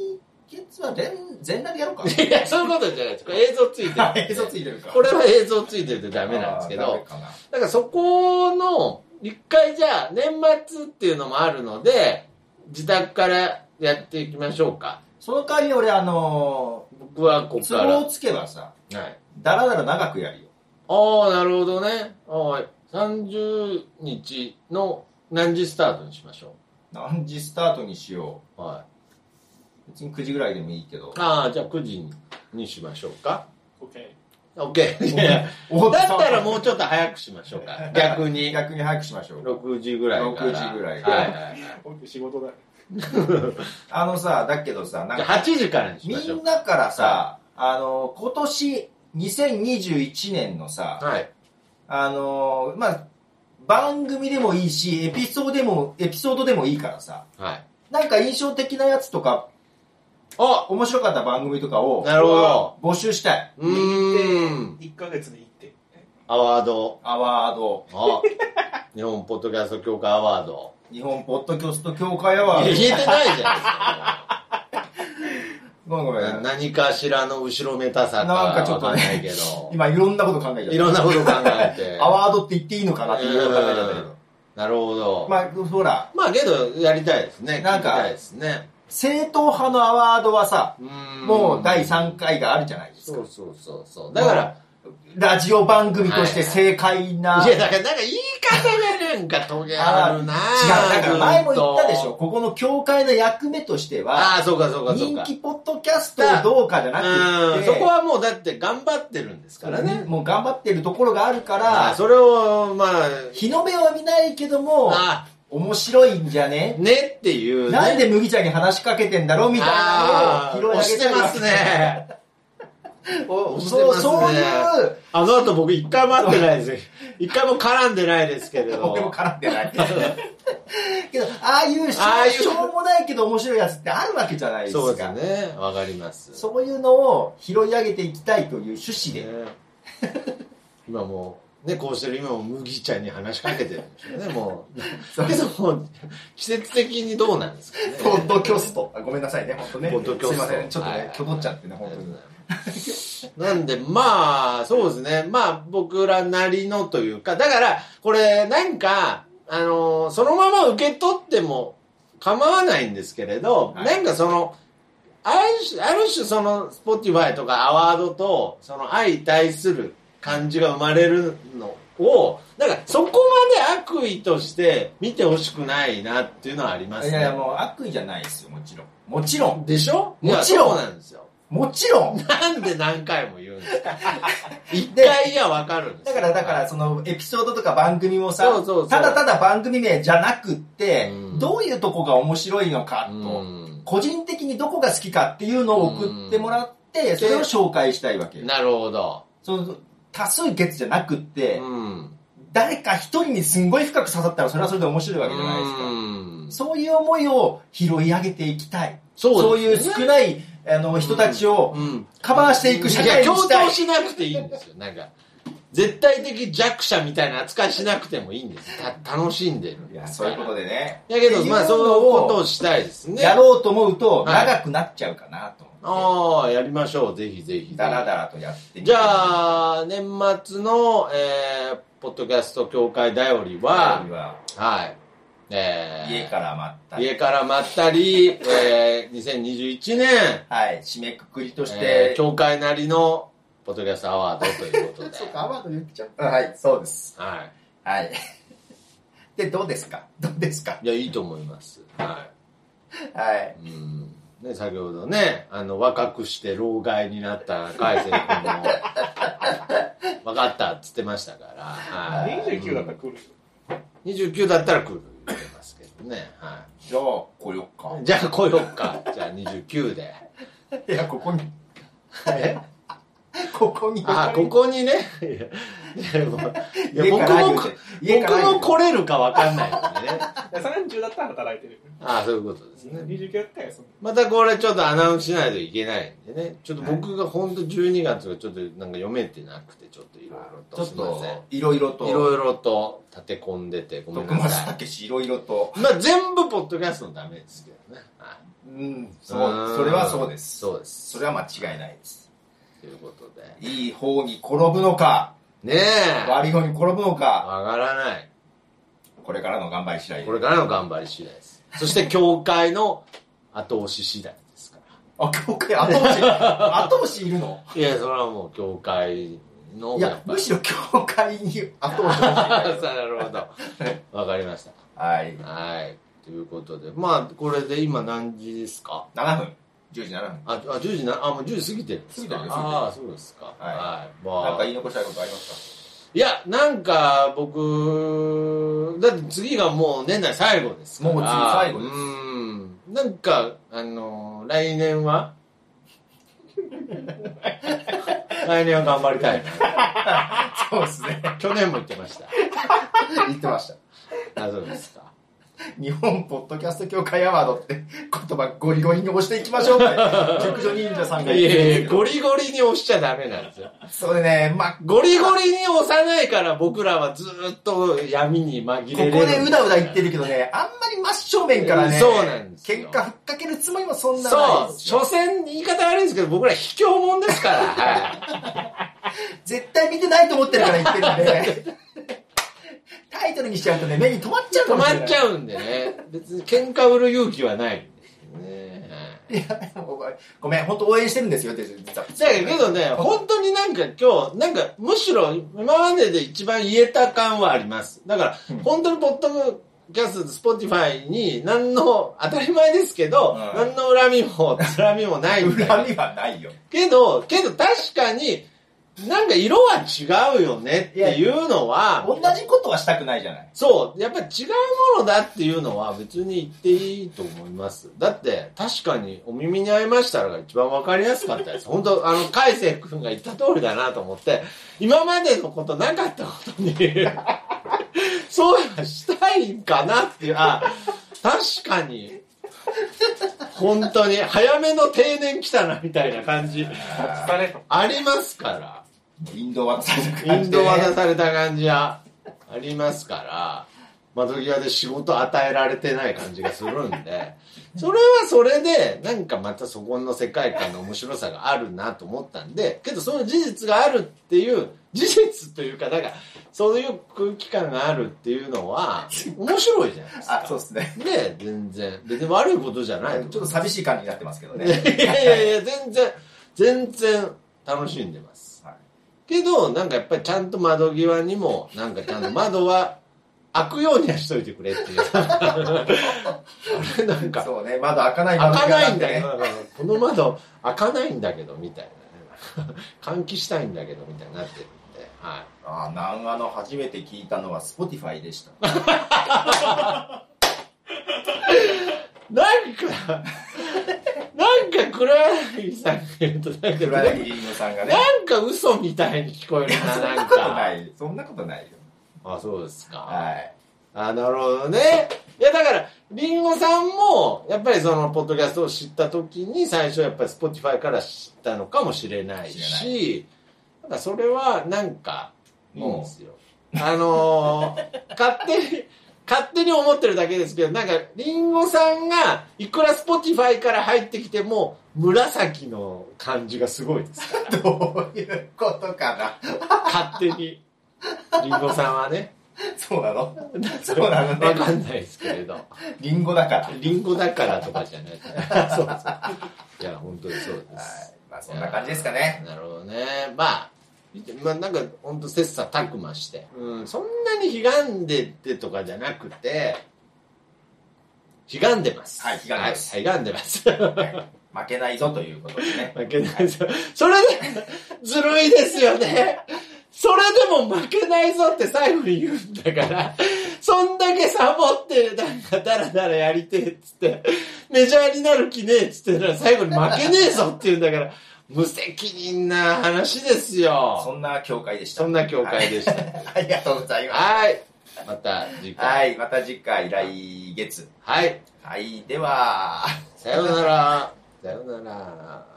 月は全全裸でやろうか。
いやそういうことじゃないですこれ映像ついてるんで
映像ついてるか。
これは映像ついてるとダメなんですけ
あーダメ
ど
かな
だからそこの一回じゃあ年末っていうのもあるので自宅からやっていきましょうか
その代わり俺、あの
僕はこ
ー、
こ
都
から。
合
はい。
をつけばさ、
あ
だらだら長くやるよ。
あ、なるほどね。はい。30日の何時スタートにしましょ
何時スタートにしよ
う。は
う。
い。
別に9時ぐらいでもいいけど。
ああ、じゃあ9時にしましょうか。
OK
OK。いやい
お
や
っ
だったらもうちょっと早くしましょうか。逆に。
逆に早くしましょう。
6時ぐらいから。
6時ぐらい
はいはいはい。じ
僕仕事だ
あのさ、だけどさ、なん
ゃあ
か、
8時からにし
み
ましょ
ん
う。
なからさ、あのー、今年、2021年のさ、
はい。
あのーまあ、番組でもいいし、エピソードでも、エピソードでもいいからさ、
はい。
なんか印象的なやつとか、
あ
面白かった番組とかを、
なるほど。
募集したい。
うーん。
1ヶ月で行って
アワード。
アワード、
あ日本ポッドキャスト協会アワード。
日本ポッドキャスト協会ア
いや
ワー
言え
ド。
てないじゃないですか。
ごめんごめん。
何かしらの後ろめたさか
なんかちょ
わ
っと
かん
ね
ないけど、
今いろんなこと考えちゃった。
いろんなこと考えて。
アワードって言っていいのかなっていろいろ考えちゃったけ
うん
ど。
なるほど。ま
まあ、ほら、
あけど、やりたいですね。
なんか
聞きたいですね。
正統派のアワードはさ、も
も
う第3回があるじゃないです
そ
か。
うそうそうそう。だから、
ラジオ番組として正解な。
いや、だからなんか言い方がなんかトゲあるな
あ違う、だから前も言ったでし
ず
ょ。
と。
ここの協会の役目としては、
ああ、そうかそうかそう
人
か。
気ポッドキャストをどうかじゃな
う
く
ん
て、
そこはもうだって頑張ってるんですからね。
もう頑張ってるところがあるか
ああ
ら、
それを、まあ、
日の目は見ないけども、
あ
面白いんじゃね
ねっていうね。
なんで麦ちゃんに話しかけてんだろうみたい
あ
な
あ
のを
押
拾い
し
上げたり
てま
は
すね。
お
押して
そう
ますね
そういう、
あの後僕一回も会ってないですよ。一回も絡んでないですけれど。
俺も絡んでない。けど、ああいうしょ
ああいう
しょうもないけど面白いやつってあるわけじゃないですか。
そうですね。わかります。
そういうのを拾い上げていきたいという趣旨で。
ね今もう、ね、こうしてる今も麦ちゃんに話しかけてるんでしょうね、も う。けどもう、季節的にどうなんですかね。
ポッドキョスト。あごめんなさいね、本当ね。
ポッドキョスト
すいません、ちょっと
はいは
ね
いは、い
きょとっちゃってね、本当に。
なんで、まあ、そうですね。まあ、僕らなりのというか、だから、これ、なんか、あのーそのまま受け取っても構わないんですけれど、
はい
なんかその、ある種、ある種その、スポティファイとかアワードと、その、相対する感じが生まれるのを、なんか、そこまで悪意として見てほしくないなっていうのはあります
い
ね。
やいや、もう悪意じゃないですよ、もちろん。もちろん。
でしょ
もちろん
いやそうなんですよ。
もちろん。
なんで何回も言うんですか一回いやわかるんです
だ
よ
から、だから、その、エピソードとか番組も
そう
さ
そうそう、
ただただ番組名じゃなくって
うん、
どういうとこが面白いのか
う
と、
ん
個人的にどこが好きかっていうのを送ってもらって、それを紹介したいわけよ。
なるほど。
その、多数決じゃなくって、
うん。
誰か一人にすんごい深く刺さったら、それはそれで面白いわけじゃないですか。
うん
そういう思いを拾い上げていきたい。
そ
そう
うで
いう
すね
少ないあの人たちを
うん
カバーしていく社
いや
会に
共
したい
闘。しなくていいんですよ。なんか、絶対的弱者みたいな扱いしなくてもいいんです。た楽しんでる。
いや、そういうことでね。
だけど、まあ、そういうことを
を
したいですね。
やろうと思うと
はい
長くなっちゃうかなと思っ
ああ、やりましょう。ぜひぜひ。
て。だらだらとやってみ
じ
あ、
ゃあ、年末の、えー、ポッドキャスト協会頼りは、はい。えー、
家から待った。
家からまったり、えー、2021年、
はい、締めくくりとして
えー、。協会なりの、ポッドキャストアワードということで。
そうか、アワード言っちゃう。はい、そうです。
は
はい。 で、どうですかどうですか
い。いや、いいと思います。は
はい。
い。うん。ね、先ほどね、あの、若くして老害になった海星 君も、分かったっつってましたから、はい。
29だったら来るよ
うん29だったら来る言ってますけどね。は
じゃあ、来よっか。
い。じゃあ来よっ か。じゃあ29で。
いや、ここに、
え
ここに。
あ、ここにね。いやいやもういや
家
僕
から
も、
家から
僕も来れるかわかんないんでね。
30だったら働いてる
あそういうことですね。
29だったらその
またこれちょっとアナウンスしないといけないんでね。ちょっと僕が本当12月がちょっとなんか読めてなくて、ちょっといろいろ
ちょ
と。
っ
すいませ
と、いろいろと、
ん。いろいろと立て込んでて、ごめん
徳
な
松
さ
たけしいろいろと、
い。まあ全部ポッドキャストのダメですけどね。は
う
い
ん、
う
そ
ん
う、それはそうです。
そうです。
それは間違いないです。
ということで。
いい方に転ぶのか、
ねえ。
悪い方に転ぶのか、
わからない。
これからの頑張り次第で
こ。れからの頑張り次第です。そして、教会の後押し次第ですか
あ、教会、後押し、後押しいる の
ら。いや、それはもう、教会の、
いや、むし
ろ。
ろ教会に後押ししてほしい
あーさあなるほ ど。わかりまし
はい
た。。はい。ということで、まあ、これで今何時ですか
7分、10時7分。
あ、あ10時な、あ、もう10時過ぎてるんですか
過ぎてる過ぎてる
ああ、そうですか。はいまあ、
なんか言い残したいことあります
いや、なんか僕、だって次がもう年内最後ですから。
もう次最後です
うん。なんか、あのー来 年は来年は頑張りたいな。
かそうですね。
去年も言ってました。
言ってました。
あ、そうですか。
日本ポッドキャスト協会アワードって言葉ゴリゴリに押していきましょうって、熟女忍者さんが言ってるん
いや
です
いや、
け
ゴ
ど。
リゴリに押しちゃダメなんですよ。
それね、まあ、
ゴリゴリに押さないから僕らはずーっと闇に紛
こ
れれる。
こでうだうだ言ってるけどね、あんまり真正面からね、
そうなんですよ
喧嘩ふっかけるつもりもそんなない
そ
で
う、
すよ
所詮言い方悪いんですけど、僕ら卑怯者ですから。はい。
絶対見てないと思ってるから言ってるんで、タイトルにしちゃうとね、目に止まっちゃう
止
かもしれない
まっちゃうんでね。別に喧嘩売る勇気はないんですよね。はい
ごめん、本当応援してるんですよ、って実は。
だけど ね、本当になんか今日、なんかむしろ今までで一番言えた感はあります。だから、本当にポッドキャスト、スポティファイに何の、当たり前ですけど、
うん
何の恨みも、つらみもないんだよ
恨みはないよ。
けど、けど確かに、なんか色は違うよねっていうのは、
同じことはしたくないじゃない。
そう、やっぱり違うものだっていうのは別に言っていいと思います。だって、確かにお耳に合いましたらが一番わかりやすかったです。本当あの、海星くんが言った通りだなと思って、今までのことなかったことに、そういうのしたいんかなっていう、あ、確かに、本当に、早めの定年来たなみたいな感じ、
疲れと
ありますから。
インド技された
イ
感
ン
じ
ド
で、ね。
技された感じはありますから、窓際で仕事与えられてない感じがするん で、それはそれで、なんかまたそこの世界観の面白さがあるなと思ったんで、けどその事実があるっていう、事実というか、なんか、そういう空気感があるっていうのは、面白いじゃないです
あ、
か。
そうですね。
ね全然。別に悪いことじゃない
ちょっと寂しい感じになってますけど
いや
ね。
いやいや、全然、全然楽しんでます。
はい
けど、なんかやっぱりちゃんと窓際にも、なんかちゃんと 窓は開くようにはしといてくれっていう。あれなんか、
そうね、窓開かない
開かないんだけ
ね。
ど、この窓開かないんだけど、みたいなね。換気したいんだけど、みたいになってるんで、はい。
あ、南アの初めて聞いたのは Spotify でした。
なんか、なんか黒柳さんが言うと、なん
黒
か、
柳りんごさんがね。
なんか嘘みたいに聞こえるな、
そん
な
なん こと
か
な。い。そんなことないよ。
あ、そうですか。
はい。
あ、なるほどね。いや、だから、リンゴさんも、やっぱりその、ポッドキャストを知った時に、最初やっぱり Spotify から知ったのかもしれない
知
し、なんかそれは、なんか、いいん
もう
ですよ。あ のー勝手に、勝手に思ってるだけですけど、なんか、リンゴさんが、いくら Spotify から入ってきても、紫の感じがすごいです。
どういうことかな。
勝手に。リンゴさんは ね。
そうなのそうなの
わか
ね。
んないですけれど。
りんごだから。はい。
リンゴだからとかじゃない。 そうそう。いや、本当にそうです。
まあそんな感じですかね。
なるほどね。まあ、まあ、なんか本当切磋琢磨して、うん、そんなに悲願でってとかじゃなくて、悲願でます。
はい悲願でます
はい、悲願でます。
はい負けないぞということでね。
負けないぞ。それで、ずるいですよね。それでも負けないぞって最後に言うんだから、そんだけサボって、なんかダラダラやりてえっつって、メジャーになる気ねえっつってたら最後に負けねえぞって言うんだから、無責任な話です
そ
よ。
んな教会でした。
そんな教会でした。
はい。ありがとうございます。
はい。また次
は
回。
い。また次回、来月。
はい。
はい。では。
さようなら。さようなら。